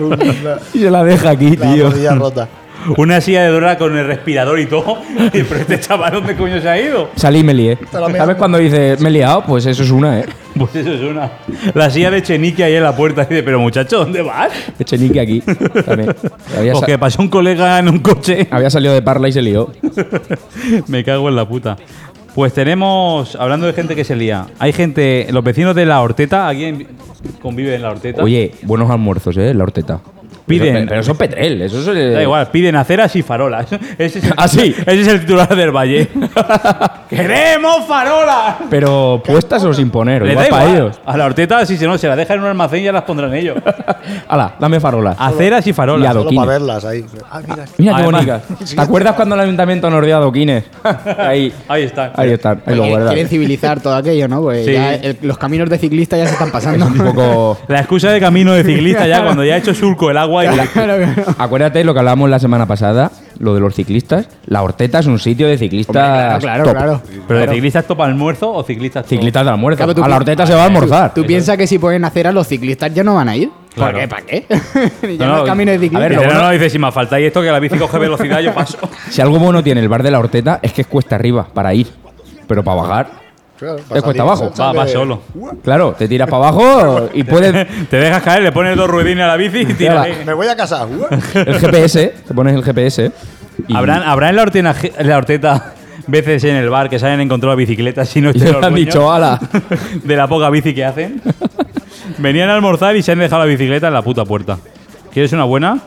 Speaker 6: La-
Speaker 3: Y se la deja aquí,
Speaker 6: la
Speaker 3: tío.
Speaker 6: rodilla rota.
Speaker 2: Una silla de dora con el respirador y todo. Y, Pero este chaval, ¿dónde coño se ha ido?
Speaker 3: Salí y me lié.
Speaker 6: la mea.
Speaker 3: ¿Sabes cuando dices me he liado? Pues eso es una, ¿eh?
Speaker 2: Pues eso es una. La silla de Chenique ahí en la puerta. Y dice, pero muchacho, ¿dónde vas?
Speaker 3: Echenique aquí. También. Había, sa- Ah.
Speaker 2: Porque pasó un colega en un coche.
Speaker 3: había salido de Parla y se lió.
Speaker 2: Me cago en la puta. Pues tenemos, hablando de gente que se lía, hay gente, los vecinos de la Horteta, ¿alguien convive en la Horteta?
Speaker 3: Oye, buenos almuerzos, ¿eh? La horteta.
Speaker 2: Piden.
Speaker 3: Pero eso es Petrel, eso es. eh,
Speaker 2: Da igual, piden aceras y farolas. Ese es el,
Speaker 3: ¿Ah, sí?
Speaker 2: ese es el titular del Valle. ¡Queremos farolas!
Speaker 3: Pero puestas o sin poner,
Speaker 2: Les
Speaker 3: igual
Speaker 2: da
Speaker 3: para
Speaker 2: igual.
Speaker 3: ellos.
Speaker 2: A la horteta, si se no, se la dejan en un almacén y ya las pondrán ellos.
Speaker 3: Hala, dame farola.
Speaker 2: Aceras y farolas.
Speaker 3: Y
Speaker 6: Solo
Speaker 3: adoquines.
Speaker 6: para verlas ahí. Ah, mira.
Speaker 3: Mira qué
Speaker 2: Además-
Speaker 3: bonitas. ¿Te acuerdas cuando el ayuntamiento nos dio adoquines? Ahí.
Speaker 2: Ahí está.
Speaker 3: Ahí están, ahí lo
Speaker 5: Porque
Speaker 3: guardas.
Speaker 5: Quieren pues, civilizar todo aquello, ¿no? Pues
Speaker 2: Sí.
Speaker 5: ya el- los caminos de ciclista ya se están pasando.
Speaker 3: Un poco.
Speaker 2: La excusa de camino de ciclista ya cuando ya ha hecho surco el agua y
Speaker 3: Ah, Acuérdate lo que hablábamos la semana pasada, lo de los ciclistas. La Horteta es un sitio de ciclistas.
Speaker 5: Hombre, claro,
Speaker 3: top.
Speaker 5: claro.
Speaker 2: Pero de ciclistas topa almuerzo o ciclistas top?
Speaker 3: Ciclistas de almuerzo.
Speaker 5: Claro, tú
Speaker 3: a la
Speaker 5: pi-
Speaker 3: Horteta se va a almorzar.
Speaker 5: ¿Tú piensas que si ponen aceras los ciclistas ya no van a ir?
Speaker 2: Claro.
Speaker 5: ¿Por qué? ¿Para qué? ya no, hay camino de ciclista.
Speaker 3: a ver,
Speaker 2: Y
Speaker 3: lo
Speaker 2: no,
Speaker 3: bueno-
Speaker 2: no, dice, si me faltáis esto que la bici coge velocidad, yo paso.
Speaker 3: Si algo bueno tiene el bar de la Horteta es que es cuesta arriba para ir, pero para bajar.
Speaker 6: Ah, Claro,
Speaker 3: Te cuesta abajo.
Speaker 2: Va, va solo.
Speaker 3: Claro, te tiras para abajo y puedes.
Speaker 2: Te dejas caer, le pones dos ruedines a la bici y tira.
Speaker 3: Tira.
Speaker 6: Me voy a casa.
Speaker 3: El GPS, te pones el GPS. y-
Speaker 2: ¿Habrán, ¿Habrá en la, hortena- en la horteta veces en el bar que se hayan encontrado bicicletas si no
Speaker 3: Y
Speaker 2: estén
Speaker 3: le
Speaker 2: los
Speaker 3: han
Speaker 2: dueños?
Speaker 3: dicho, ala.
Speaker 2: de la poca bici que hacen. Venían a almorzar y se han dejado la bicicleta en la puta puerta. ¿Quieres una buena?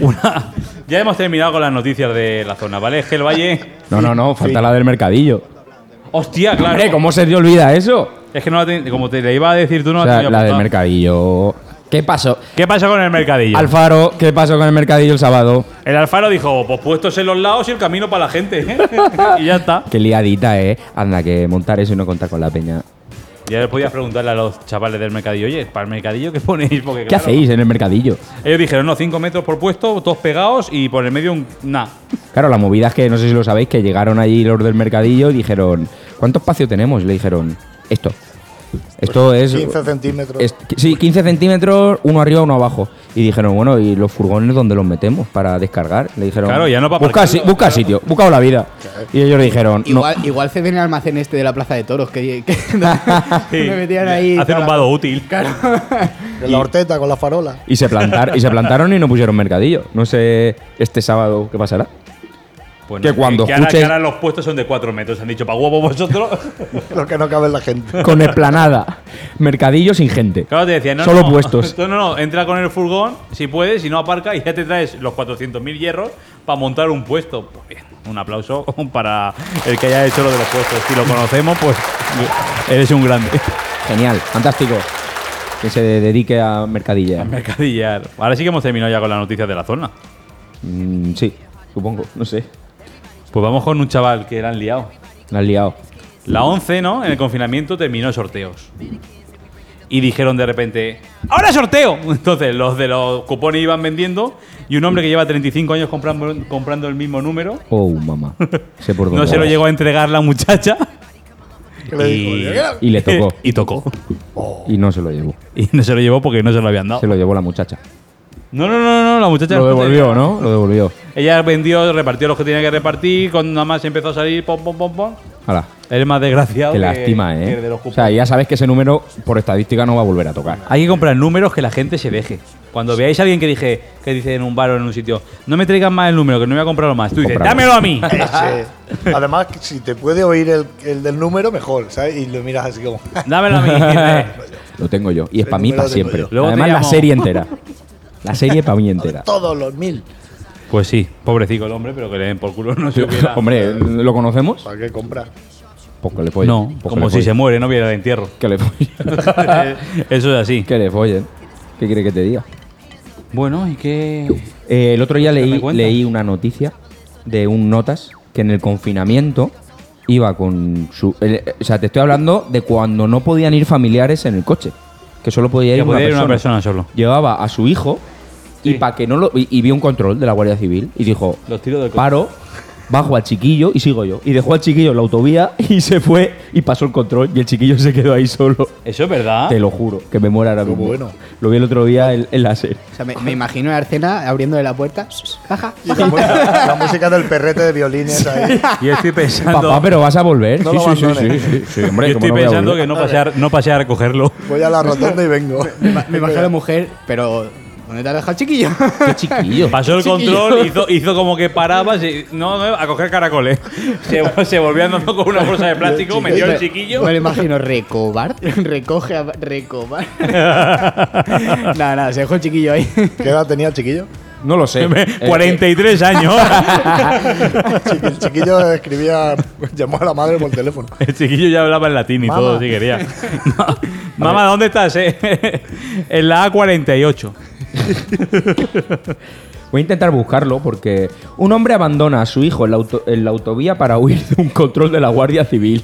Speaker 2: Una. Ya hemos terminado con las noticias de la zona, ¿vale? Es que el Valle.
Speaker 3: No, no, no, falta la del mercadillo.
Speaker 2: ¡Hostia, claro!
Speaker 3: Hombre, ¿cómo se te olvida eso?
Speaker 2: Es que no la ten- como te le iba a decir tú, no
Speaker 3: o sea,
Speaker 2: tenía
Speaker 3: la del
Speaker 2: apuntada.
Speaker 3: mercadillo. ¿Qué pasó?
Speaker 2: ¿Qué pasa con el mercadillo?
Speaker 3: Alfaro, ¿qué pasó con el mercadillo el sábado?
Speaker 2: el Alfaro dijo: Pues puestos en los lados y el camino para la gente. ¿eh? y ya está.
Speaker 3: Qué liadita, eh. Anda, que montar eso y no contar con la peña.
Speaker 2: Ya les podías preguntarle a los chavales del mercadillo: Oye, ¿para el mercadillo qué ponéis? Porque,
Speaker 3: ¿Qué
Speaker 2: claro,
Speaker 3: hacéis en el mercadillo?
Speaker 2: Ellos dijeron: No, 5 metros por puesto, todos pegados y por el medio un. Nah.
Speaker 3: Claro, la movida es que, no sé si lo sabéis, que llegaron allí los del mercadillo y dijeron, ¿cuánto espacio tenemos? Y le dijeron, esto. Esto
Speaker 2: Pues,
Speaker 3: es...
Speaker 6: 15 centímetros.
Speaker 3: es- sí, 15 centímetros, uno arriba, uno abajo. Y dijeron, bueno, ¿y los furgones dónde los metemos para descargar? Le dijeron,
Speaker 2: Claro, ya no para
Speaker 3: busca,
Speaker 2: aparcarlo,
Speaker 3: si- busca
Speaker 2: claro.
Speaker 3: sitio, busca la vida. Y ellos le dijeron, no,
Speaker 5: Igual, igual se ven el almacén este de la Plaza de Toros que, que
Speaker 2: Sí.
Speaker 5: me metían ahí.
Speaker 2: Hacen un vado útil.
Speaker 6: En la horteta con la farola.
Speaker 3: y, se plantar, y se plantaron y no pusieron mercadillo. No sé este sábado qué pasará.
Speaker 2: Pues
Speaker 3: Que cuando
Speaker 2: ahora-
Speaker 3: escuches-
Speaker 2: ahora los puestos son de 4 metros. Han dicho, pa' huevo vosotros.
Speaker 6: Lo que no cabe en la gente.
Speaker 3: Con esplanada. mercadillo sin gente.
Speaker 2: claro, te decían, no,
Speaker 3: Solo
Speaker 2: no,
Speaker 3: puestos.
Speaker 2: No, no, no, entra con el furgón, si puedes, si no aparca, y ya te traes los 400.000 hierros para montar un puesto. Pues bien, un aplauso para el que haya hecho lo de los puestos. Si lo conocemos, pues eres un grande.
Speaker 3: Genial, fantástico. Que se dedique a mercadillas.
Speaker 2: Mercadillar. Ahora sí que hemos terminado ya con las noticias de la zona.
Speaker 3: Mm, sí, supongo, no sé.
Speaker 2: Pues vamos con un chaval que le han liado.
Speaker 3: La has liado.
Speaker 2: La 11, ¿no? En el confinamiento terminó sorteos. Y dijeron de repente, ¡ahora sorteo! Entonces los de los cupones iban vendiendo y un hombre que lleva 35 años comprando, comprando el mismo número
Speaker 3: Oh, mamá. Sé por dónde
Speaker 2: no se lo
Speaker 3: vas.
Speaker 2: llegó a entregar la muchacha
Speaker 6: ¿Qué le dijo?
Speaker 2: Y-
Speaker 6: Mira,
Speaker 3: Y le tocó.
Speaker 2: y tocó.
Speaker 3: y no se lo llevó.
Speaker 2: Y no se lo llevó porque no se lo habían dado.
Speaker 3: Se lo llevó la muchacha.
Speaker 2: No, no, no, no, la muchacha...
Speaker 3: Lo devolvió, ¿no? Lo devolvió.
Speaker 2: Ella vendió, repartió los que tenía que repartir, cuando nada más empezó a salir, pom, pom, pom, pom.
Speaker 3: Hala.
Speaker 2: Es más desgraciado.
Speaker 3: Qué
Speaker 2: que-
Speaker 3: lástima,
Speaker 2: que el de
Speaker 3: ¿eh?
Speaker 2: los
Speaker 3: O
Speaker 2: cupones.
Speaker 3: sea, ya sabes que ese número, por estadística, no va a volver a tocar.
Speaker 2: Hay que comprar números que la gente se deje. Cuando veáis a alguien que dije, que dice en un bar o en un sitio, no me traigan más el número, que no voy a comprarlo más. Tú dices,
Speaker 3: Comprarlo.
Speaker 2: dámelo a mí.
Speaker 6: ese. Además, si te puede oír el, el del número, mejor, ¿sabes? Y lo miras así como. "Ah,
Speaker 2: dámelo a mí.
Speaker 3: Lo tengo yo. Y es
Speaker 6: Ese
Speaker 3: para mí,
Speaker 6: número
Speaker 3: para
Speaker 6: lo tengo
Speaker 3: siempre.
Speaker 6: yo.
Speaker 2: Luego te
Speaker 3: Además, la
Speaker 2: llamo.
Speaker 3: serie entera. La serie para mí entera.
Speaker 6: Todos los mil.
Speaker 2: pues sí, pobrecito el hombre, pero que le den por culo no se hubiera.
Speaker 3: Hombre, ¿lo conocemos?
Speaker 6: ¿Para qué comprar?
Speaker 3: Poco le follen.
Speaker 2: no,
Speaker 3: Poco
Speaker 2: como
Speaker 3: le
Speaker 2: si se
Speaker 3: follen.
Speaker 2: muere, no viera el entierro.
Speaker 3: Que le follen.
Speaker 2: Eso es así.
Speaker 3: que le follen. ¿Qué quiere que te diga?
Speaker 2: Bueno, ¿y qué?
Speaker 3: Eh, el otro día leí,
Speaker 2: Dame cuenta.
Speaker 3: leí una noticia de un Notas que en el confinamiento iba con su. el- o sea, te estoy hablando de cuando no podían ir familiares en el coche. Que solo podía ir,
Speaker 2: Que
Speaker 3: una,
Speaker 2: podía ir
Speaker 3: persona.
Speaker 2: una persona solo.
Speaker 3: Llevaba a su hijo y
Speaker 2: Sí.
Speaker 3: para que no lo. Y, y vio un control de la Guardia Civil y dijo:
Speaker 2: Los tiros del coche.
Speaker 3: Paro, bajo al chiquillo y sigo yo. Y dejó al chiquillo en la autovía y se fue y pasó el control y el chiquillo se quedó ahí solo.
Speaker 2: Eso es verdad.
Speaker 3: Te lo juro, que me muera ahora
Speaker 6: Qué
Speaker 3: mismo.
Speaker 6: bueno.
Speaker 3: Lo vi el otro día en, en la serie.
Speaker 5: O sea, me, me imagino a Arcena abriéndole la puerta. Baja.
Speaker 6: Y la, mu- la música del perrete de violines ahí.
Speaker 2: Y estoy pensando.
Speaker 3: Papá, pero vas a volver.
Speaker 6: No
Speaker 3: sí,
Speaker 6: lo
Speaker 3: sí, sí, sí,
Speaker 6: abandones.
Speaker 3: sí, sí, hombre,
Speaker 2: yo
Speaker 3: ¿cómo
Speaker 2: estoy
Speaker 3: no voy a
Speaker 2: pensando
Speaker 3: volver?
Speaker 2: que no pasear, no pasear a recogerlo.
Speaker 6: Voy a la rotonda y vengo.
Speaker 5: Me imagino a la mujer, pero ¿Dónde te has dejado, chiquillo?
Speaker 3: Qué chiquillo.
Speaker 2: Pasó el control, hizo, hizo como que paraba, se- no, no, a coger caracoles. Se, se volvió andando con una bolsa de plástico, metió el chiquillo.
Speaker 5: Me lo imagino, recobar. Recoge, a- recobar. nada, nada, se dejó el chiquillo ahí.
Speaker 6: ¿Qué edad tenía el chiquillo?
Speaker 3: No lo sé. Eh,
Speaker 2: 43 años.
Speaker 6: Chiqui- El chiquillo escribía, llamó a la madre por teléfono.
Speaker 2: El chiquillo ya hablaba en latín y
Speaker 6: Mamá.
Speaker 2: todo, si quería. Ma- Mamá, ¿dónde estás? eh? en la A48.
Speaker 3: Voy a intentar buscarlo porque un hombre abandona a su hijo en la, auto- en la autovía para huir de un control de la Guardia Civil.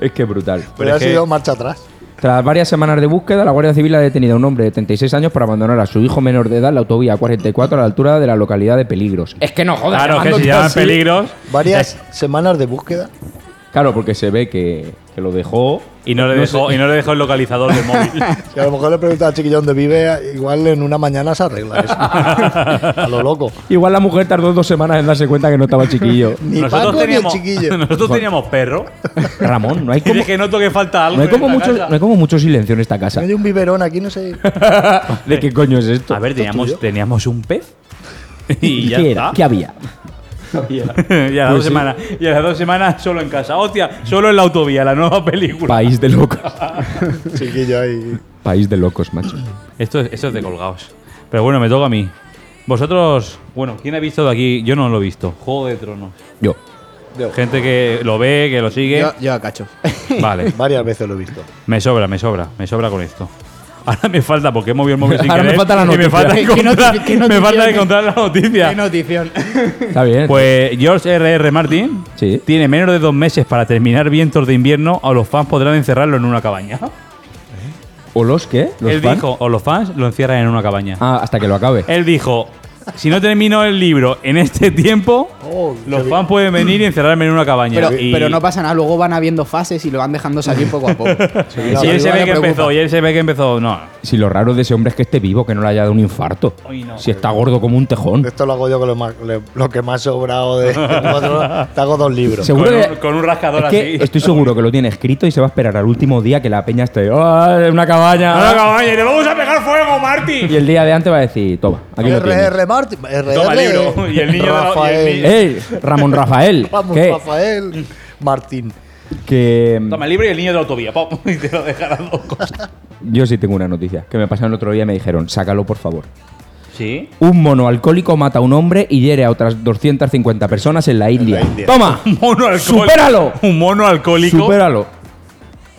Speaker 3: Es que brutal.
Speaker 6: Pero ha
Speaker 2: es que-
Speaker 6: sido marcha atrás.
Speaker 3: Tras varias semanas de búsqueda, la Guardia Civil ha detenido a un hombre de 36 años por abandonar a su hijo menor de edad en la autovía 44 a la altura de la localidad de Peligros. Es que no jodas.
Speaker 2: Claro, que si
Speaker 3: llamándote
Speaker 2: llaman
Speaker 3: así.
Speaker 2: peligros.
Speaker 6: Varias semanas de búsqueda.
Speaker 3: Claro, porque se ve que, que lo dejó.
Speaker 2: Y no le dejó, y no le dejó el localizador del móvil.
Speaker 6: Y a lo mejor le pregunta al chiquillo dónde vive, igual en una mañana se arregla eso. a lo loco.
Speaker 3: Igual la mujer tardó dos semanas en darse cuenta que no estaba el chiquillo.
Speaker 6: Ni Paco
Speaker 2: teníamos,
Speaker 6: ni el chiquillo.
Speaker 2: nosotros teníamos perro.
Speaker 3: Ramón, no hay
Speaker 2: Y
Speaker 3: como,
Speaker 2: de que noto que falta algo. ¿eh?
Speaker 3: no hay
Speaker 2: en
Speaker 3: como
Speaker 2: esta
Speaker 3: mucho,
Speaker 2: casa.
Speaker 3: no hay como mucho silencio en esta casa.
Speaker 6: Hay un biberón aquí, no sé.
Speaker 3: ¿De qué coño es esto?
Speaker 2: A ver, teníamos, teníamos un pez. Y ya
Speaker 3: ¿Qué, era?
Speaker 2: está.
Speaker 3: ¿Qué Pues había?
Speaker 2: y, a las dos semanas, y a las dos semanas solo en casa. Hostia, solo en la autovía, la nueva película.
Speaker 3: País de locos.
Speaker 6: Chiquillo ahí.
Speaker 3: País de locos, macho.
Speaker 2: Esto es, esto es de colgados. Pero bueno, me toca a mí. Vosotros, bueno, ¿quién ha visto de aquí? Yo no lo he visto. Juego de Tronos.
Speaker 3: Yo.
Speaker 2: Gente que lo ve, que lo sigue.
Speaker 5: Yo, yo a cacho.
Speaker 2: Vale,
Speaker 6: Varias veces lo he visto.
Speaker 2: me sobra, me sobra, me sobra con esto. Ahora me falta porque he movido el móvil sin
Speaker 3: Ahora me
Speaker 2: querer
Speaker 3: falta la
Speaker 2: y me
Speaker 3: noticia.
Speaker 2: falta,
Speaker 5: ¿Qué- qué
Speaker 2: encontrar,
Speaker 5: noti- qué
Speaker 2: me
Speaker 5: noticia
Speaker 2: falta
Speaker 5: de-
Speaker 2: encontrar la noticia.
Speaker 5: Qué notición.
Speaker 3: Está bien.
Speaker 2: Pues George R.R. Martin
Speaker 3: Sí.
Speaker 2: tiene menos de dos meses para terminar Vientos de Invierno o los fans podrán encerrarlo en una cabaña.
Speaker 3: ¿O los qué? ¿Los
Speaker 2: Él
Speaker 3: fans?
Speaker 2: dijo, o los fans lo encierran en una cabaña.
Speaker 3: Ah, hasta que lo acabe.
Speaker 2: Él dijo, si no termino el libro en este tiempo,
Speaker 6: Oh,
Speaker 2: los
Speaker 6: qué
Speaker 2: fans pueden venir y encerrarme en una cabaña.
Speaker 5: Pero,
Speaker 2: y,
Speaker 5: pero no pasa nada, luego van habiendo fases y lo van dejando salir poco a poco.
Speaker 2: y
Speaker 5: Sí,
Speaker 2: él se ve
Speaker 5: igual no
Speaker 2: que
Speaker 5: preocupa.
Speaker 2: empezó, y él se ve que empezó, no.
Speaker 3: Si lo raro de ese hombre es que esté vivo, que no le haya dado un infarto.
Speaker 2: Ay, no.
Speaker 3: si está gordo como un tejón.
Speaker 6: Esto lo hago yo con lo, más- le- lo que más sobrado de cuatro horas. Te hago dos libros.
Speaker 3: Seguro
Speaker 2: Con
Speaker 3: que-
Speaker 2: un- con un rascador
Speaker 3: es que
Speaker 2: así.
Speaker 3: Estoy seguro que lo tiene escrito y se va a esperar al último día que la peña esté. ¡Ah, en una cabaña!
Speaker 2: ¡A la cabaña! y ¡Le vamos a pegar fuego,
Speaker 3: Y
Speaker 2: Marty!
Speaker 3: el día de antes va a decir: Toma, aquí lo tienes.
Speaker 6: RR Martin. RR.
Speaker 2: Toma libro. Y el niño de la- y el
Speaker 6: Rafael.
Speaker 2: niño-
Speaker 3: ¡Ey! Ramón Rafael.
Speaker 6: Vamos,
Speaker 3: ¿qué?
Speaker 6: Rafael Martín.
Speaker 3: Que mm,
Speaker 2: Toma el libro y el niño de la autovía. pop, Y te lo dejarán loco.
Speaker 3: yo sí tengo una noticia que me pasaron el otro día y me dijeron: Sácalo, por favor.
Speaker 2: ¿Sí?
Speaker 3: Un mono alcohólico mata a un hombre y hiere a otras 250 personas en la India.
Speaker 6: India.
Speaker 3: ¡Toma!
Speaker 2: Un mono alcohólico.
Speaker 3: ¡Supéralo!
Speaker 2: Un mono alcohólico.
Speaker 3: ¡Supéralo!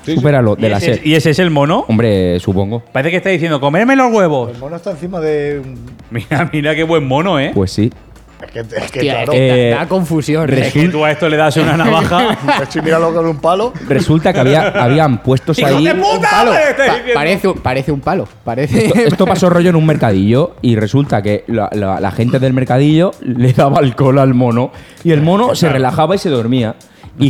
Speaker 3: ¡Supéralo!
Speaker 2: ¿Y,
Speaker 3: De la
Speaker 2: ese,
Speaker 3: sed.
Speaker 2: y ese es el mono?
Speaker 3: Hombre, supongo.
Speaker 2: Parece que está diciendo, comerme los huevos.
Speaker 6: Pues El mono está encima de. un-
Speaker 2: Mira, mira qué buen mono, ¿eh?
Speaker 3: Pues sí.
Speaker 6: Es que, es que
Speaker 5: Hostia, es
Speaker 6: claro.
Speaker 5: que da-
Speaker 3: Eh,
Speaker 5: da, confusión.
Speaker 2: Es que tú a esto le das una navaja.
Speaker 6: Estoy mirando con un palo.
Speaker 3: Resulta que había, habían puestos
Speaker 2: ¡Hijo
Speaker 3: ahí.
Speaker 2: de puta!
Speaker 5: palo.
Speaker 2: hombre, está
Speaker 5: Pa-
Speaker 2: diciendo.
Speaker 5: parece, un- parece un palo. Parece.
Speaker 3: Esto, esto pasó rollo en un mercadillo y resulta que la, la- la gente del mercadillo le daba alcohol al mono y el mono se relajaba y se dormía. Y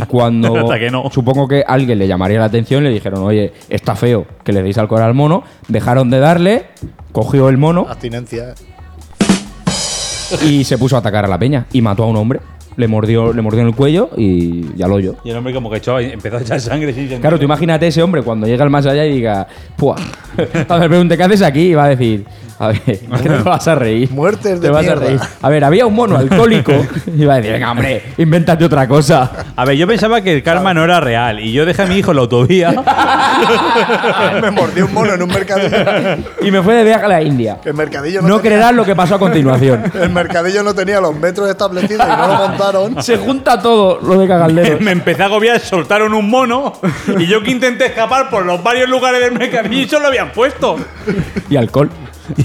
Speaker 3: cuando
Speaker 2: Hasta que no.
Speaker 3: supongo que alguien le llamaría la atención, le dijeron, oye, está feo que le deis alcohol al mono, dejaron de darle, cogió el mono
Speaker 6: Abstinencia.
Speaker 3: y se puso a atacar a la peña y mató a un hombre. Le mordió, le mordió en el cuello y ya lo oyó.
Speaker 2: Y el hombre como que echó, empezó a echar sangre. sí, sí.
Speaker 3: Claro, tú imagínate ese hombre cuando llega al más allá y diga, ¡pua! A ver, pregunte, ¿qué haces aquí? Y va a decir, a ver, que te vas a reír.
Speaker 6: Muertes de
Speaker 3: Te vas
Speaker 6: mierda.
Speaker 3: a reír. A ver, había un mono alcohólico y va a decir, venga, hombre, invéntate otra cosa.
Speaker 2: A ver, yo pensaba que el karma no era real. Y yo dejé a mi hijo en la autovía.
Speaker 6: Me mordió un mono en un mercadillo.
Speaker 3: Y me fue de viaje a la India.
Speaker 6: El mercadillo no,
Speaker 3: No
Speaker 6: tenía-
Speaker 3: creerás lo que pasó a continuación.
Speaker 6: El mercadillo no tenía los metros establecidos y no lo montaron.
Speaker 3: Se junta todo lo de cagaldero.
Speaker 2: me empecé a agobiar, soltaron un mono. Y yo que intenté escapar por los varios lugares del mercadillo y solo lo habían puesto.
Speaker 3: Y alcohol.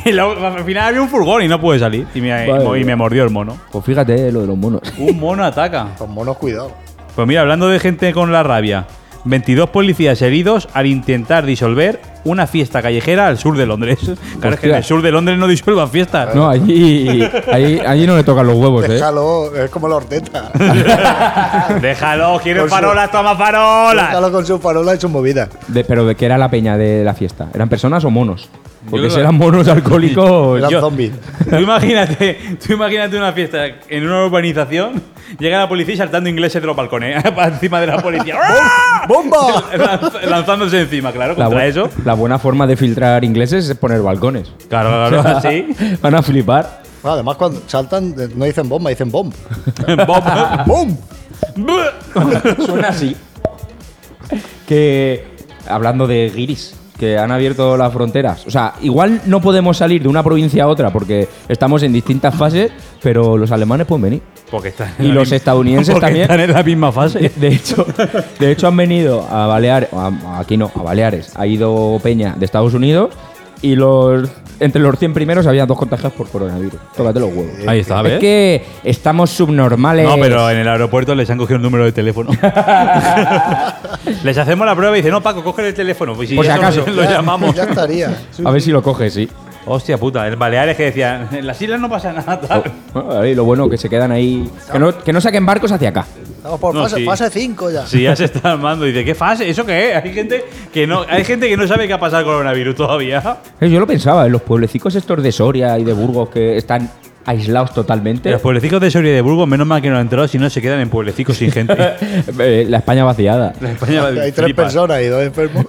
Speaker 2: Y luego, al final había un furgón y no pude salir. Y me,
Speaker 3: Vale.
Speaker 2: y me mordió el mono.
Speaker 3: Pues fíjate eh, lo de los monos.
Speaker 2: Un mono ataca.
Speaker 6: Con monos, cuidado.
Speaker 2: Pues mira, hablando de gente con la rabia, 22 policías heridos al intentar disolver una fiesta callejera al sur de Londres. Claro, es que en
Speaker 3: Hostia.
Speaker 2: el sur de Londres no disuelvan fiestas.
Speaker 3: No, allí, allí, allí no le tocan los huevos, ¿eh?
Speaker 6: Déjalo, es como la horteta.
Speaker 2: Déjalo, quieren
Speaker 6: Por su-
Speaker 2: farolas, toma farolas.
Speaker 6: Déjalo con su farola y su movida.
Speaker 3: De- pero ¿de qué era la peña de la fiesta? ¿Eran personas o monos?
Speaker 2: creo
Speaker 3: Porque
Speaker 2: que-
Speaker 3: si eran monos alcohólicos.
Speaker 6: Eran
Speaker 2: Yo-
Speaker 6: zombies.
Speaker 2: Tú imagínate, tú imagínate una fiesta en una urbanización, llega la policía y saltando ingleses de los balcones, para encima de la policía. ¡Ah!
Speaker 6: ¡Bomba!
Speaker 2: Lanz- Lanzándose encima, claro, contra
Speaker 3: bu-
Speaker 2: eso.
Speaker 3: la buena forma de filtrar ingleses es poner balcones.
Speaker 2: Claro, claro, así.
Speaker 3: Van a flipar.
Speaker 6: Ah, Además, cuando saltan, eh, no dicen bomba, dicen bomb.
Speaker 2: Bomba.
Speaker 6: ¡Bum!
Speaker 3: Suena así. Que hablando de guiris, que han abierto las fronteras. O sea, igual no podemos salir de una provincia a otra porque estamos en distintas fases, pero los alemanes pueden venir.
Speaker 2: Porque están
Speaker 3: Y
Speaker 2: en la
Speaker 3: los
Speaker 2: misma-
Speaker 3: estadounidenses
Speaker 2: porque
Speaker 3: también.
Speaker 2: Están en la misma fase.
Speaker 3: De hecho, de hecho han venido a Baleares, a- aquí no, a Baleares. Ha ido Peña de Estados Unidos y los entre los 100 primeros había dos contagiados por coronavirus. Tócate los huevos.
Speaker 2: Ahí está,
Speaker 3: Es que estamos subnormales.
Speaker 2: No, pero en el aeropuerto les han cogido un número de teléfono. les hacemos la prueba y dicen, no, Paco, coge el teléfono. Pues,
Speaker 3: Por si
Speaker 2: ya lo-
Speaker 3: acaso.
Speaker 2: Lo llamamos.
Speaker 6: Ya estaría. Sí,
Speaker 3: A ver si lo coges, sí.
Speaker 2: Hostia puta, el Baleares que decían, en las islas no pasa nada. tal".
Speaker 6: Oh.
Speaker 3: Bueno, ahí oh, lo bueno que se quedan ahí. Que no, que no saquen barcos hacia acá.
Speaker 6: Estamos por
Speaker 2: No,
Speaker 6: fase
Speaker 2: sí.
Speaker 6: 5 ya.
Speaker 2: Si ya se está armando y dice, ¿qué fase? ¿Eso qué es? Hay gente que no, hay gente que no sabe qué ha pasado el coronavirus todavía.
Speaker 3: Eh, Yo lo pensaba, en los pueblecicos estos de Soria y de Burgos que están aislados totalmente.
Speaker 2: Los pueblecicos de Soria y de Burgos, menos mal que no han entrado, si no se quedan en pueblecicos sin gente.
Speaker 3: Eh, la España vaciada.
Speaker 2: La España va-
Speaker 6: Hay tres
Speaker 2: flipa.
Speaker 6: personas y dos enfermos.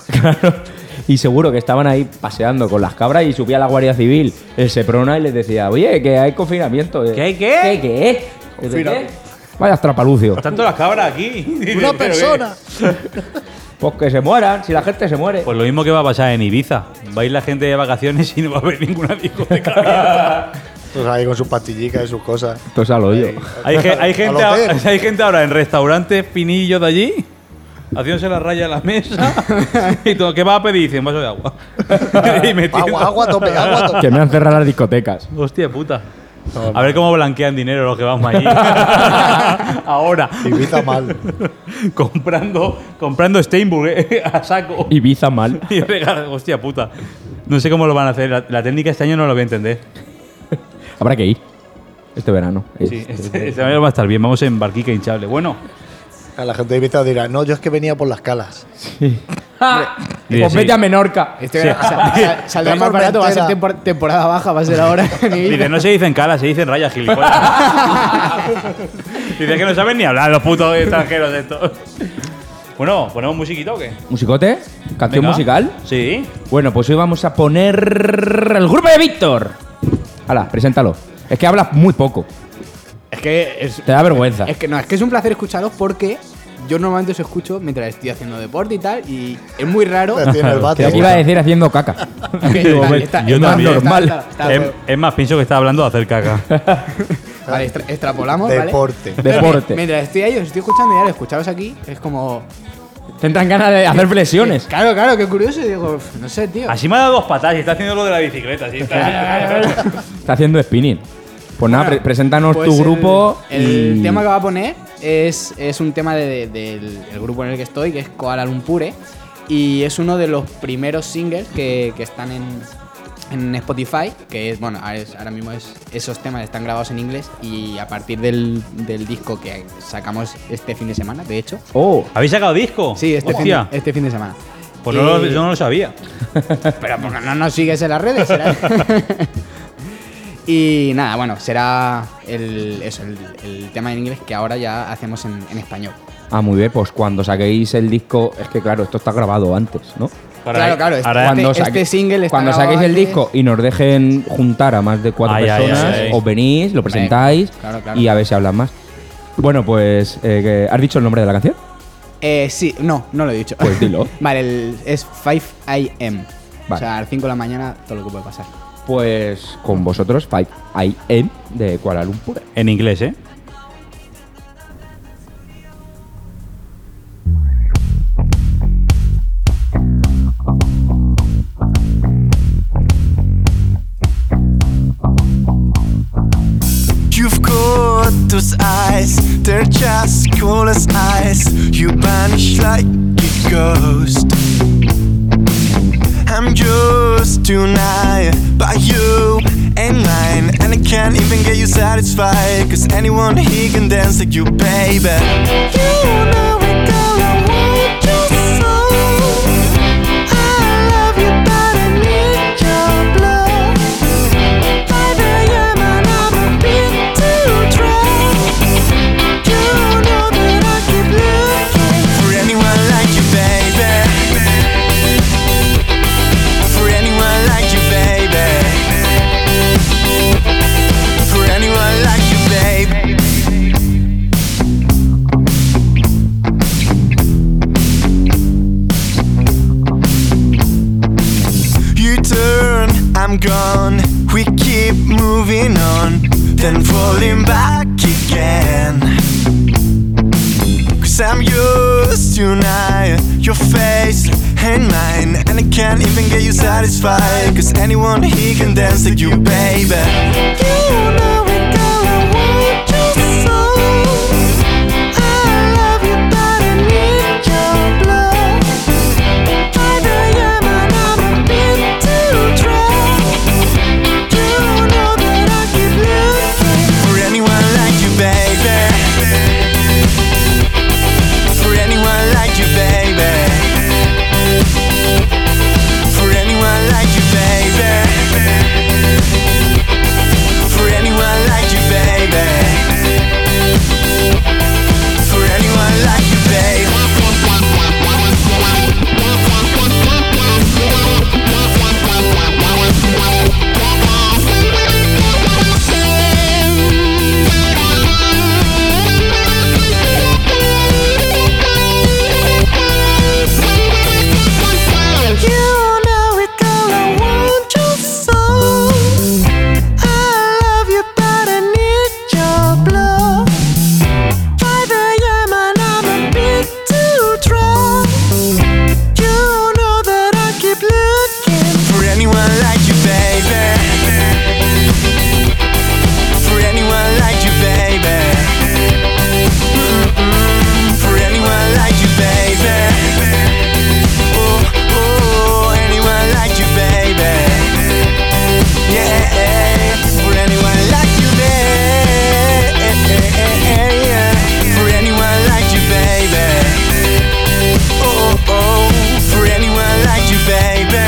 Speaker 3: Y seguro que estaban ahí paseando con las cabras y subía la Guardia Civil, el Seprona, y les decía, oye, que hay confinamiento. Eh,
Speaker 2: ¿Que hay qué?
Speaker 3: ¿Qué, qué? ¿Que de
Speaker 6: Confina-
Speaker 3: qué? Vaya trapalucio.
Speaker 2: Están todas las cabras aquí. Dicen,
Speaker 6: ¡Una
Speaker 2: "¿Pero qué?".
Speaker 6: persona!
Speaker 3: Pues que se mueran, si la gente se muere.
Speaker 2: Pues lo mismo que va a pasar en Ibiza. Va a ir la gente de vacaciones y no va a haber ninguna discoteca.
Speaker 6: Pues ahí con sus pastillicas y sus cosas.
Speaker 3: Esto es al hoyo.
Speaker 2: hay, ge- hay gente
Speaker 6: Al
Speaker 2: a-
Speaker 6: hotel.
Speaker 2: hay gente ahora en restaurantes pinillos de allí, haciéndose la raya a la mesa. y todo, ¿qué va a pedir? Dice, un vaso de agua. y metiendo-
Speaker 6: Agua, agua, a tope, agua, a tope.
Speaker 3: Que me han cerrado las discotecas.
Speaker 2: Hostia puta. A ver cómo blanquean dinero los que vamos allí. ahora.
Speaker 6: Invita mal.
Speaker 2: comprando, comprando Steinburg eh, a saco.
Speaker 3: Ibiza mal.
Speaker 2: Y regala- hostia puta. No sé cómo lo van a hacer. La, la técnica este año no lo voy a entender.
Speaker 3: Habrá que ir. Este verano.
Speaker 2: Sí, este, este año va a estar bien. Vamos en barquica hinchable. Bueno,
Speaker 6: A la gente de Ibiza dirá, no, yo es que venía por las calas.
Speaker 2: Dice,
Speaker 3: Pues
Speaker 2: sí.
Speaker 3: vete a Menorca.
Speaker 5: Este verano sa- sa- saldrá más barato, va a ser tempor- temporada baja, va a ser ahora. en Ibiza.
Speaker 2: dice, no se dicen calas, se dicen rayas, gilipollas. dice que no saben ni hablar los putos extranjeros de estos. Bueno, ¿ponemos musiquita o qué?
Speaker 3: ¿Musicote? ¿Canción
Speaker 2: Venga.
Speaker 3: musical?
Speaker 2: Sí.
Speaker 3: Bueno, pues hoy vamos a poner el grupo de Víctor. Hala, preséntalo. Es que hablas muy poco.
Speaker 5: Es que es,
Speaker 3: Te da vergüenza.
Speaker 5: es que no, es que es un placer escucharos porque yo normalmente os escucho mientras estoy haciendo deporte y tal, y es muy raro.
Speaker 6: Estoy en el bate.
Speaker 3: Te iba a decir haciendo caca.
Speaker 5: Digo,
Speaker 2: Yo también.
Speaker 5: normal.
Speaker 2: Es, Em, es más, pienso que está hablando de hacer caca.
Speaker 5: Vale, extra- extrapolamos, ¿vale?
Speaker 6: Deporte.
Speaker 5: Pero mi-
Speaker 3: Deporte.
Speaker 5: Mientras estoy ahí, os estoy escuchando y al escucharos aquí, es como.
Speaker 3: Te entran ganas de hacer flexiones.
Speaker 5: Claro, claro, qué curioso. y Digo, "Uf, no sé, tío.
Speaker 2: Así me ha dado dos patadas y está haciendo lo de la bicicleta. así está.
Speaker 3: Está haciendo spinning. Pues nada, pre-
Speaker 5: Bueno,
Speaker 3: preséntanos
Speaker 5: pues
Speaker 3: tu
Speaker 5: el-
Speaker 3: grupo.
Speaker 5: El,
Speaker 3: y-
Speaker 5: tema que va a poner es, es un tema de- de- del el grupo en el que estoy, que es Koala Lumpure. Y es uno de los primeros singles que, que están en, en Spotify. Que es, bueno, ahora, es- ahora mismo es- esos temas están grabados en inglés. Y a partir del, del disco que sacamos este fin de semana, de hecho.
Speaker 3: Oh,
Speaker 2: ¿Habéis sacado disco?
Speaker 5: Sí, este, fin de,
Speaker 2: Hostia.
Speaker 5: este fin de semana.
Speaker 2: Pues no lo-
Speaker 5: Y-
Speaker 2: yo no lo sabía.
Speaker 5: Pero porque no nos sigues en las redes, será. y nada, bueno, será el, eso, el, el tema en inglés que ahora ya hacemos en, en español.
Speaker 3: ah, muy bien. Pues cuando saquéis el disco, es que claro, esto está grabado antes, ¿no?
Speaker 2: Para-
Speaker 5: claro, claro, este,
Speaker 2: ahora-
Speaker 5: este-
Speaker 3: cuando
Speaker 5: este
Speaker 3: saque-
Speaker 5: single está
Speaker 3: cuando
Speaker 5: grabado
Speaker 3: saquéis el
Speaker 5: antes.
Speaker 3: disco y nos dejen juntar a más de cuatro
Speaker 2: Ay, ay,
Speaker 3: personas,
Speaker 2: ay, ay.
Speaker 3: os venís, lo presentáis
Speaker 5: claro, claro.
Speaker 3: y a ver si hablan más. Bueno, pues, eh, que- ¿has dicho el nombre de la canción?
Speaker 5: Eh, sí, no, no lo he dicho.
Speaker 3: Pues dilo.
Speaker 5: vale, el- es 5 a.m. O
Speaker 3: Vale.
Speaker 5: sea, a las 5 de la mañana todo lo que puede pasar.
Speaker 3: Pues con vosotros, Five I Am de Kuala Lumpur.
Speaker 2: En inglés, ¿eh?
Speaker 4: You've got those eyes, they're just cool as ice. You vanish like a ghost. I'm yours tonight, but you ain't mine. And I can't even get you satisfied, cause anyone here can dance like you, baby. You know it all, I want your soul. I love you, but I need your blood. then falling back again. Cause I'm used to now your face and mine, and I can't even get you satisfied. Cause anyone he can dance like you, baby. You know it, girl, I want you so. I love you, but I need your blood. 5 a.m. and I'm a bit too drunk. You know that I keep looking for anyone like you, baby. For anyone like you, baby. For anyone like you, baby. For anyone like you, baby. For anyone like you, baby. You know it, girl. I want your soul. I love you, but I need your blood. 5 a.m. and I'm a bit too drunk. You know that I keep looking for anyone like you, baby. For anyone like you, baby. Mm-mm. For anyone like you, baby. Oh, oh, anyone like you, baby. Yeah, for anyone like you, baby. For anyone like you, baby. Oh, oh, oh, for anyone like you, baby.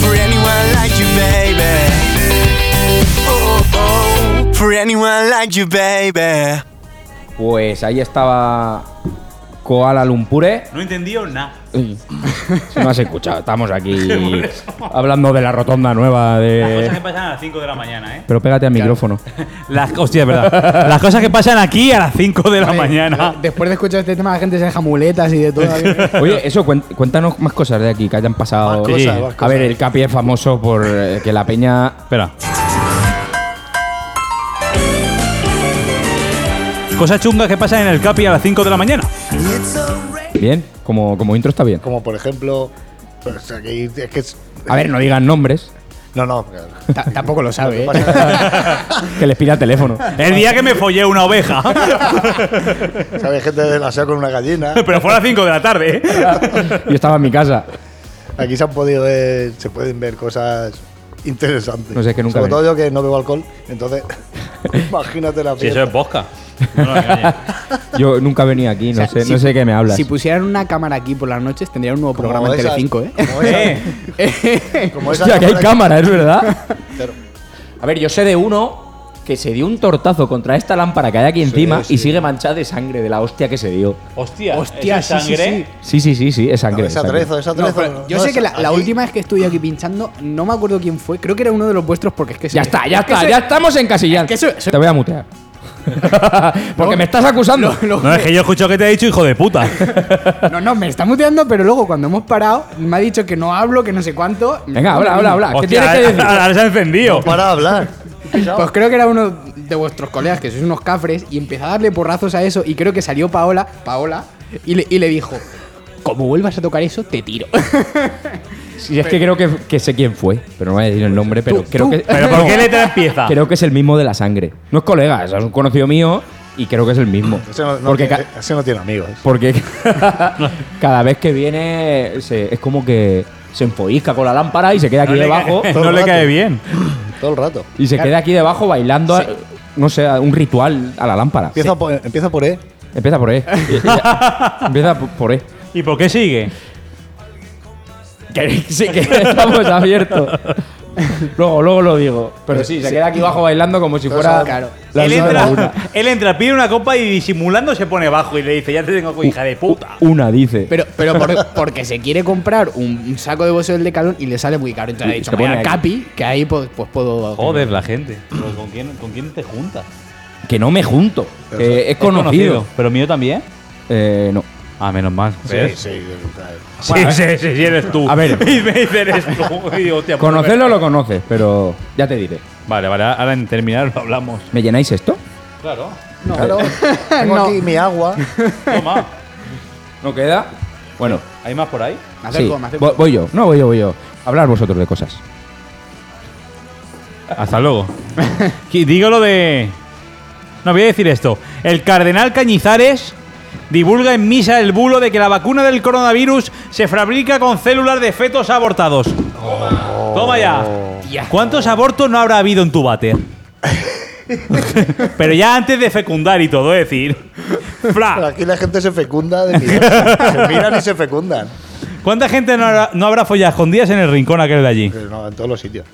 Speaker 4: For anyone like you, baby. Oh, oh, oh, for anyone like you, baby.
Speaker 3: Pues ahí estaba Koala Lumpure.
Speaker 2: No he entendido nada.
Speaker 3: Si no has escuchado, estamos aquí hablando de la rotonda nueva
Speaker 2: Las cosas que
Speaker 3: de.
Speaker 2: pasan a las 5 de la mañana, ¿eh?
Speaker 3: Pero pégate al micrófono.
Speaker 2: Las, hostia, es verdad. Las cosas que pasan aquí a las 5 de la
Speaker 5: Oye,
Speaker 2: mañana.
Speaker 5: lo- Después de escuchar este tema, la gente se deja muletas y de todo.
Speaker 3: Oye, eso, cuen- cuéntanos más cosas de aquí que hayan pasado.
Speaker 6: Más cosas,
Speaker 3: Sí.
Speaker 6: más cosas.
Speaker 3: A ver, el Capi es famoso por eh, que la peña.
Speaker 2: Espera. Cosas chungas que pasan en el Capi a las 5 de la mañana.
Speaker 3: Bien, como, como intro está bien.
Speaker 6: Como por ejemplo. pues, aquí es que es-
Speaker 3: A ver, no digan nombres,
Speaker 6: No, no.
Speaker 5: Ta- Tampoco lo sabe, ¿eh?
Speaker 3: que les pida el teléfono.
Speaker 2: El día que me follé una oveja.
Speaker 6: Sabe gente del aseo con una gallina.
Speaker 2: Pero fue a las 5 de la tarde, ¿eh?
Speaker 3: Yo estaba en mi casa.
Speaker 6: Aquí se han podido ver, se pueden ver cosas interesantes.
Speaker 3: No sé, es que nunca
Speaker 6: Sobre
Speaker 3: veo.
Speaker 6: todo yo que no bebo alcohol, entonces imagínate la
Speaker 2: Si
Speaker 6: fiesta.
Speaker 2: eso es bosca. No,
Speaker 3: Yo nunca venía aquí, no
Speaker 5: O sea,
Speaker 3: sé,
Speaker 5: si-
Speaker 3: no sé qué me hablas.
Speaker 5: Si pusieran una cámara aquí por las noches, tendrían un nuevo
Speaker 6: Como
Speaker 5: programa en
Speaker 6: esas-
Speaker 5: Telecinco, ¿eh?
Speaker 6: Como esa, como esa
Speaker 3: Hostia, que hay cámara,
Speaker 6: cámara
Speaker 3: es verdad. A ver, yo sé de uno que se dio un tortazo contra esta lámpara que hay aquí encima y sigue manchada de sangre de la hostia que se dio.
Speaker 2: Hostia,
Speaker 5: Hostia,
Speaker 2: esa
Speaker 5: sí, sí, sí.
Speaker 3: Sí, sí, sí, sí, es
Speaker 6: que-
Speaker 3: sangre.
Speaker 6: no, esa
Speaker 3: es sangre.
Speaker 6: atrezo, esa
Speaker 5: No,
Speaker 6: atrezo,
Speaker 5: pero
Speaker 6: no,
Speaker 5: yo sé
Speaker 6: esa-
Speaker 5: que la, la
Speaker 6: aquí-
Speaker 5: última vez que estuve aquí pinchando, no me acuerdo quién fue, creo que era uno de los vuestros porque es que... se-
Speaker 3: Ya está, ya
Speaker 5: es que
Speaker 3: está,
Speaker 5: se-
Speaker 3: ya estamos en casillán.
Speaker 5: que eso- eso-
Speaker 3: Te voy a mutear. Porque me estás acusando.
Speaker 2: No, es que yo escucho que te he dicho hijo de puta.
Speaker 5: No, no, me está muteando, pero luego cuando hemos parado me ha dicho que no hablo, que no sé cuánto.
Speaker 3: Venga, habla, habla, habla. ¿Qué
Speaker 2: Hostia,
Speaker 3: tienes que
Speaker 5: eh,
Speaker 2: ahora-
Speaker 3: decir?
Speaker 2: Ahora se ha encendido.
Speaker 6: Para hablar.
Speaker 5: Pues creo que era uno de vuestros colegas, que sois unos cafres, y empezó a darle porrazos a eso, y creo que salió Paola, Paola, y le, y le dijo, como vuelvas a tocar eso, te tiro.
Speaker 3: Sí, es que creo que, que sé quién fue, pero no voy a decir el nombre, pero
Speaker 5: Tú,
Speaker 3: creo
Speaker 5: tú.
Speaker 3: que.
Speaker 2: ¿Pero por
Speaker 3: No,
Speaker 2: qué letra empieza?
Speaker 3: Creo que es el mismo de la sangre. No es colega, es un conocido mío y creo que es el mismo.
Speaker 6: Ese no, no
Speaker 3: Porque
Speaker 6: tiene-
Speaker 3: ca-
Speaker 6: ese no tiene amigos.
Speaker 3: Porque cada vez que viene se- es como que se enfoisca con la lámpara y se queda aquí
Speaker 2: No le
Speaker 3: debajo.
Speaker 2: cae- no le cae bien.
Speaker 6: Todo el rato.
Speaker 3: Y se queda aquí debajo bailando, a- no sé, a un ritual a la lámpara.
Speaker 6: Empieza, por, empieza por E.
Speaker 3: Empieza por E. Empieza por- por E.
Speaker 2: ¿Y por qué sigue?
Speaker 3: Que sí, que estamos abiertos. Luego, luego lo digo. Pero sí, se queda aquí abajo bailando como si fuera.
Speaker 5: Claro.
Speaker 3: la
Speaker 2: Él
Speaker 3: luna de la
Speaker 2: entra,
Speaker 3: una.
Speaker 2: él entra, pide una copa y disimulando se pone bajo y le dice, ya te tengo hija de puta.
Speaker 3: Una dice.
Speaker 5: Pero, pero por- porque se quiere comprar un, un saco de bolsos del Decathlon y le sale muy caro. Entonces
Speaker 3: Y
Speaker 5: ha dicho,
Speaker 3: se pone
Speaker 5: "Mira,
Speaker 3: aquí".
Speaker 5: Capi, que ahí pues, pues puedo...
Speaker 2: Joder, la gente. Pero ¿Con quién, ¿Con quién te juntas?
Speaker 3: que no me junto. Que es conocido.
Speaker 2: ¿Pero mío también?
Speaker 3: Eh, no.
Speaker 2: Ah, menos mal.
Speaker 6: Sí,
Speaker 2: ¿Ves?
Speaker 6: sí. claro.
Speaker 2: Sí, sí, sí, sí, eres tú.
Speaker 3: A ver.
Speaker 2: Y me dice, eres tú. Y digo, hostia, pues,
Speaker 3: Conocerlo lo conoces, pero ya te diré.
Speaker 2: Vale, vale, ahora en terminar lo hablamos.
Speaker 3: ¿Me llenáis esto?
Speaker 2: Claro.
Speaker 6: Claro. Tengo
Speaker 5: No.
Speaker 6: aquí mi agua.
Speaker 2: Toma.
Speaker 3: ¿No queda? Bueno,
Speaker 2: ¿Hay más por ahí?
Speaker 5: Me acerco,
Speaker 3: sí.
Speaker 5: me acerco.
Speaker 3: Vo- Voy yo, no voy yo, voy yo. Hablar vosotros de cosas.
Speaker 2: Hasta luego. Que Digo lo de. No voy a decir esto. El cardenal Cañizares divulga en misa el bulo de que la vacuna del coronavirus se fabrica con células de fetos abortados. Toma Oh. ya. ¿Cuántos abortos no habrá habido en tu váter? Pero ya antes de fecundar y todo, es decir.
Speaker 6: Pero
Speaker 2: Fra,
Speaker 6: aquí la gente se fecunda de mirar. se miran y se fecundan.
Speaker 2: ¿cuánta gente no habrá, no habrá follado a escondidas en el rincón aquel de allí?
Speaker 6: Pero no, en todos los sitios.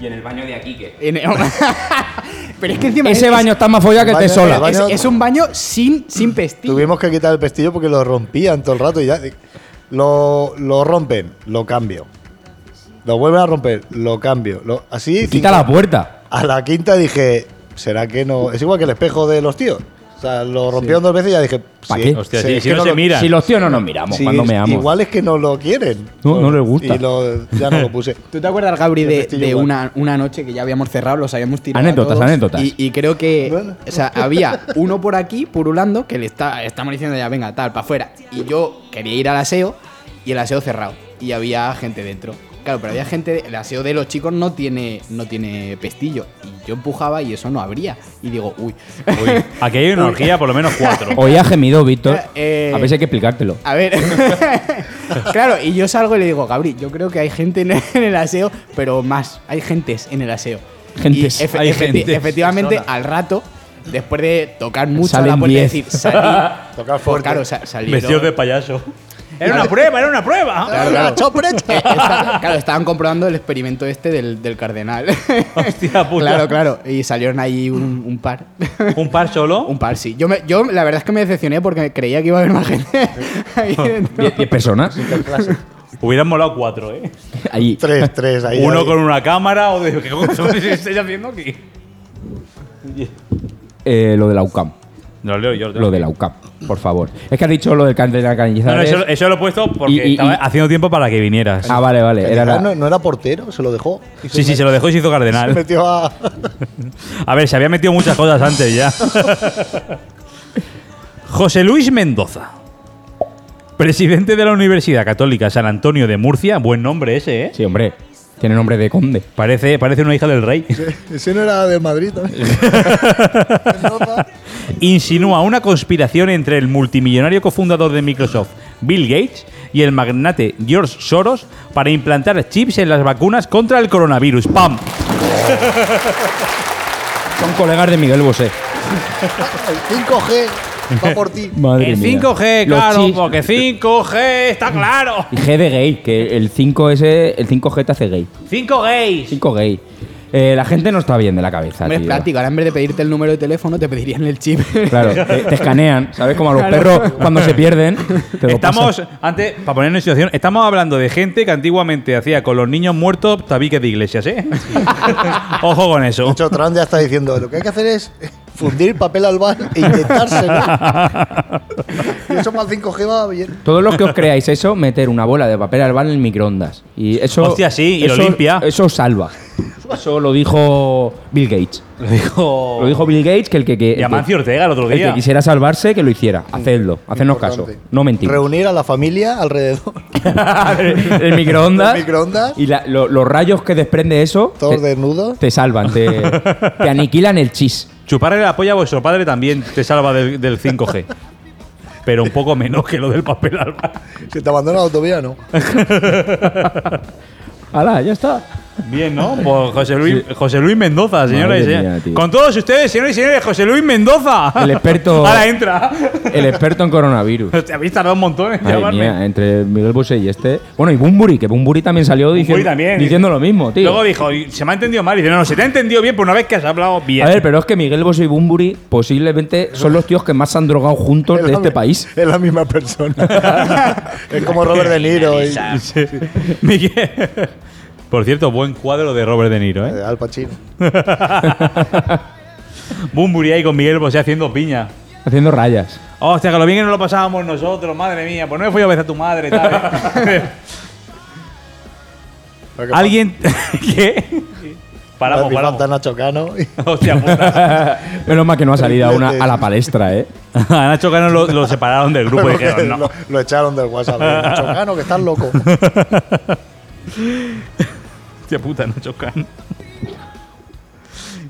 Speaker 1: Y en el baño de aquí, ¿qué?
Speaker 5: En- Pero es que encima
Speaker 3: Ese
Speaker 5: es-
Speaker 3: baño está más follado que el de
Speaker 6: Baño-
Speaker 3: sola.
Speaker 6: baño-
Speaker 5: Es, es un baño sin, sin pestillo.
Speaker 6: Tuvimos que quitar el pestillo porque lo rompían todo el rato y ya. Lo, lo rompen, lo cambio. Lo vuelven a romper, lo cambio. Lo- así.
Speaker 3: Quita
Speaker 6: cinco-
Speaker 3: la puerta.
Speaker 6: A la quinta dije, ¿será que no? Es igual que el espejo de los tíos. O sea, lo rompieron dos veces y ya dije,
Speaker 3: ¿Pa'
Speaker 6: sí,
Speaker 3: qué?
Speaker 2: Hostia,
Speaker 6: sí,
Speaker 2: si-
Speaker 6: es
Speaker 2: si
Speaker 6: que
Speaker 2: no, se
Speaker 6: lo-
Speaker 2: mira.
Speaker 3: Si los tíos no nos miramos
Speaker 6: sí,
Speaker 3: cuando meamos.
Speaker 6: Igual es que no lo quieren.
Speaker 3: No, no les gusta.
Speaker 6: Y lo- ya no lo puse.
Speaker 5: ¿Tú te acuerdas, Gabri,
Speaker 6: El
Speaker 5: de,
Speaker 6: pestillo
Speaker 5: de
Speaker 6: igual.
Speaker 5: una, una noche que ya habíamos cerrado, los habíamos tirado? a
Speaker 3: Anécdotas,
Speaker 5: todos,
Speaker 3: anécdotas.
Speaker 5: Y, y creo que.
Speaker 6: Bueno.
Speaker 5: O sea, había uno por aquí purulando que le está, estamos diciendo ya, venga, tal, para afuera. Y yo quería ir al aseo y el aseo cerrado. Y había gente dentro. Claro, pero había gente. de- el aseo de los chicos no tiene, no tiene pestillo. Y yo empujaba y eso no abría. Y digo, uy.
Speaker 2: Uy, aquí hay una orgía, por lo menos cuatro.
Speaker 3: Oía gemido, Víctor.
Speaker 5: Eh,
Speaker 3: a veces hay que explicártelo.
Speaker 5: A ver, claro, y yo salgo y le digo, Gabri, yo creo que hay gente en el, en el aseo, pero más, hay gentes en el aseo.
Speaker 3: Gentes,
Speaker 5: Y efe-
Speaker 2: hay
Speaker 5: efecti-
Speaker 2: gentes.
Speaker 5: Efectivamente,
Speaker 2: Personas.
Speaker 5: al rato, después de tocar mucho a la
Speaker 3: Salen
Speaker 5: puerta y
Speaker 3: diez.
Speaker 5: decir, salí.
Speaker 6: Tocar
Speaker 5: pues
Speaker 6: fuerte.
Speaker 5: claro, sa- salieron.
Speaker 2: Vestidos de payaso. Era una prueba, era una prueba.
Speaker 5: Claro, claro. Eh, esta- claro, estaban comprobando el experimento este del, del cardenal.
Speaker 2: Hostia puta.
Speaker 5: Claro, claro. Y salieron ahí un, un par.
Speaker 2: Un par solo.
Speaker 5: Un par, sí. Yo, me- yo la verdad es que me decepcioné porque creía que iba a haber más gente. ahí dentro.
Speaker 3: Die- diez personas.
Speaker 2: Hubieran molado cuatro, ¿eh?
Speaker 3: Ahí.
Speaker 6: Tres, tres. Ahí,
Speaker 2: Uno
Speaker 6: ahí.
Speaker 2: con una cámara o de. ¿Qué cojones estáis haciendo aquí?
Speaker 3: Eh, lo de la UCAM.
Speaker 2: No lo leo yo.
Speaker 3: Lo de la UCAM, por favor. Es que has dicho lo del Candela
Speaker 2: No, no,
Speaker 3: Cañizares.
Speaker 2: eso, eso lo he puesto porque
Speaker 3: Y- y-
Speaker 2: estaba
Speaker 3: y-
Speaker 2: haciendo tiempo para que vinieras.
Speaker 3: ah, vale, vale. Era
Speaker 6: Ah,
Speaker 3: la-
Speaker 6: no, no era portero, se lo dejó. Y
Speaker 2: sí, sí, se lo dejó y se hizo
Speaker 6: se
Speaker 2: cardenal.
Speaker 6: metió a.
Speaker 2: A ver, se había metido muchas cosas antes ya. José Luis Mendoza. Presidente de la Universidad Católica San Antonio de Murcia. Buen nombre ese, ¿eh?
Speaker 3: Sí, hombre. Tiene nombre de conde.
Speaker 2: Parece, parece una hija del rey.
Speaker 6: Ese no era del Madrid también.
Speaker 2: insinúa una conspiración entre el multimillonario cofundador de Microsoft, Bill Gates, y el magnate George Soros para implantar chips en las vacunas contra el coronavirus. ¡Pam!
Speaker 3: Son colegas de Miguel Bosé.
Speaker 6: El 5G va por ti.
Speaker 3: Madre
Speaker 2: El
Speaker 3: mía.
Speaker 2: 5G,
Speaker 3: Los
Speaker 2: claro,
Speaker 3: chis-
Speaker 2: porque 5G está claro.
Speaker 3: Y G de gay, que el 5S, el 5G te hace gay.
Speaker 2: 5 gays.
Speaker 3: 5 gay. Eh, la gente no está bien de la cabeza,
Speaker 5: Hombre, es
Speaker 3: tío.
Speaker 5: práctico. Ahora en vez de pedirte el número de teléfono, te pedirían el chip.
Speaker 3: Claro, te, te escanean, ¿sabes? Como a los perros cuando se pierden. te lo
Speaker 2: Estamos,
Speaker 3: pasan.
Speaker 2: antes, para ponernos en situación, estamos hablando de gente que antiguamente hacía con los niños muertos tabiques de iglesias, ¿eh? Ojo con
Speaker 6: De
Speaker 2: eso.
Speaker 6: hecho, Trump ya está diciendo, lo que hay que hacer es fundir papel al bar e inyectárselo. y eso para el 5G va bien.
Speaker 3: Todos los que os creáis eso, meter una bola de papel albal en el microondas. Y eso.
Speaker 2: Hostia, sí, y lo
Speaker 3: eso-
Speaker 2: limpia.
Speaker 3: Eso salva. Eso lo dijo Bill Gates.
Speaker 2: Lo dijo.
Speaker 3: Lo dijo Bill Gates que el que. que- el
Speaker 2: Y
Speaker 3: que-
Speaker 2: Amancio Ortega el otro
Speaker 3: el
Speaker 2: día.
Speaker 3: que quisiera salvarse, que lo hiciera. Hacedlo, hacednos caso.
Speaker 6: Importante.
Speaker 3: No mentimos.
Speaker 6: Reunir a la familia alrededor.
Speaker 3: el microondas.
Speaker 6: El microondas.
Speaker 3: Y la- lo- los rayos que desprende eso.
Speaker 6: Todos
Speaker 3: te,
Speaker 6: desnudos.
Speaker 3: te salvan, te, te aniquilan el chis.
Speaker 2: Chuparle la polla a vuestro padre también te salva del, del 5G. Pero un poco menos que lo del papel alba.
Speaker 6: Si te abandona la autovía, no.
Speaker 3: ¡Hala, ya está!
Speaker 2: Bien, ¿no? Pues José Luis, José Luis Mendoza, señores.
Speaker 3: Madre
Speaker 2: eh.
Speaker 3: mía, tío.
Speaker 2: Con todos ustedes, señores y señores, José Luis Mendoza.
Speaker 3: El experto-
Speaker 2: Ahora entra.
Speaker 3: El experto en coronavirus.
Speaker 2: Te habéis tardado un montón en
Speaker 3: Madre
Speaker 2: llamarme.
Speaker 3: mía, eh, entre Miguel Bosé y este. Bueno, y Bumburi, que Bumburi también salió
Speaker 2: Muy
Speaker 3: diciendo,
Speaker 2: también.
Speaker 3: diciendo lo mismo, tío.
Speaker 2: Luego dijo, "Y se me ha entendido mal. Y dice, no, no, se te ha entendido bien por una vez que has hablado bien.
Speaker 3: A ver, pero es que Miguel Bosé y Bumburi posiblemente son los tíos que más se han drogado juntos de este país.
Speaker 6: Es la misma persona. es como Robert De Niro y
Speaker 2: Sí. Miguel. Por cierto, buen cuadro de Robert De Niro, ¿eh?
Speaker 6: eh, Al Pacino.
Speaker 2: Bumburi ahí con Miguel Bosé haciendo piña.
Speaker 3: Haciendo rayas.
Speaker 2: Hostia, que lo bien que no lo pasábamos nosotros, madre mía. Pues no me fui a besar a tu madre, tal. ¿eh?
Speaker 6: Pero que
Speaker 2: Alguien. ¿Qué? Paramos,
Speaker 6: Happy
Speaker 2: paramos.
Speaker 6: Fanta, Nacho Cano.
Speaker 2: Hostia puta.
Speaker 3: Menos mal que no ha salido a una
Speaker 6: Tripletes.
Speaker 3: a la palestra, ¿eh?
Speaker 2: A Nacho Cano lo, lo separaron del grupo y dijeron, no.
Speaker 6: lo, lo echaron del WhatsApp. Nacho Cano, que estás loco.
Speaker 2: Hostia puta, Nacho Cano.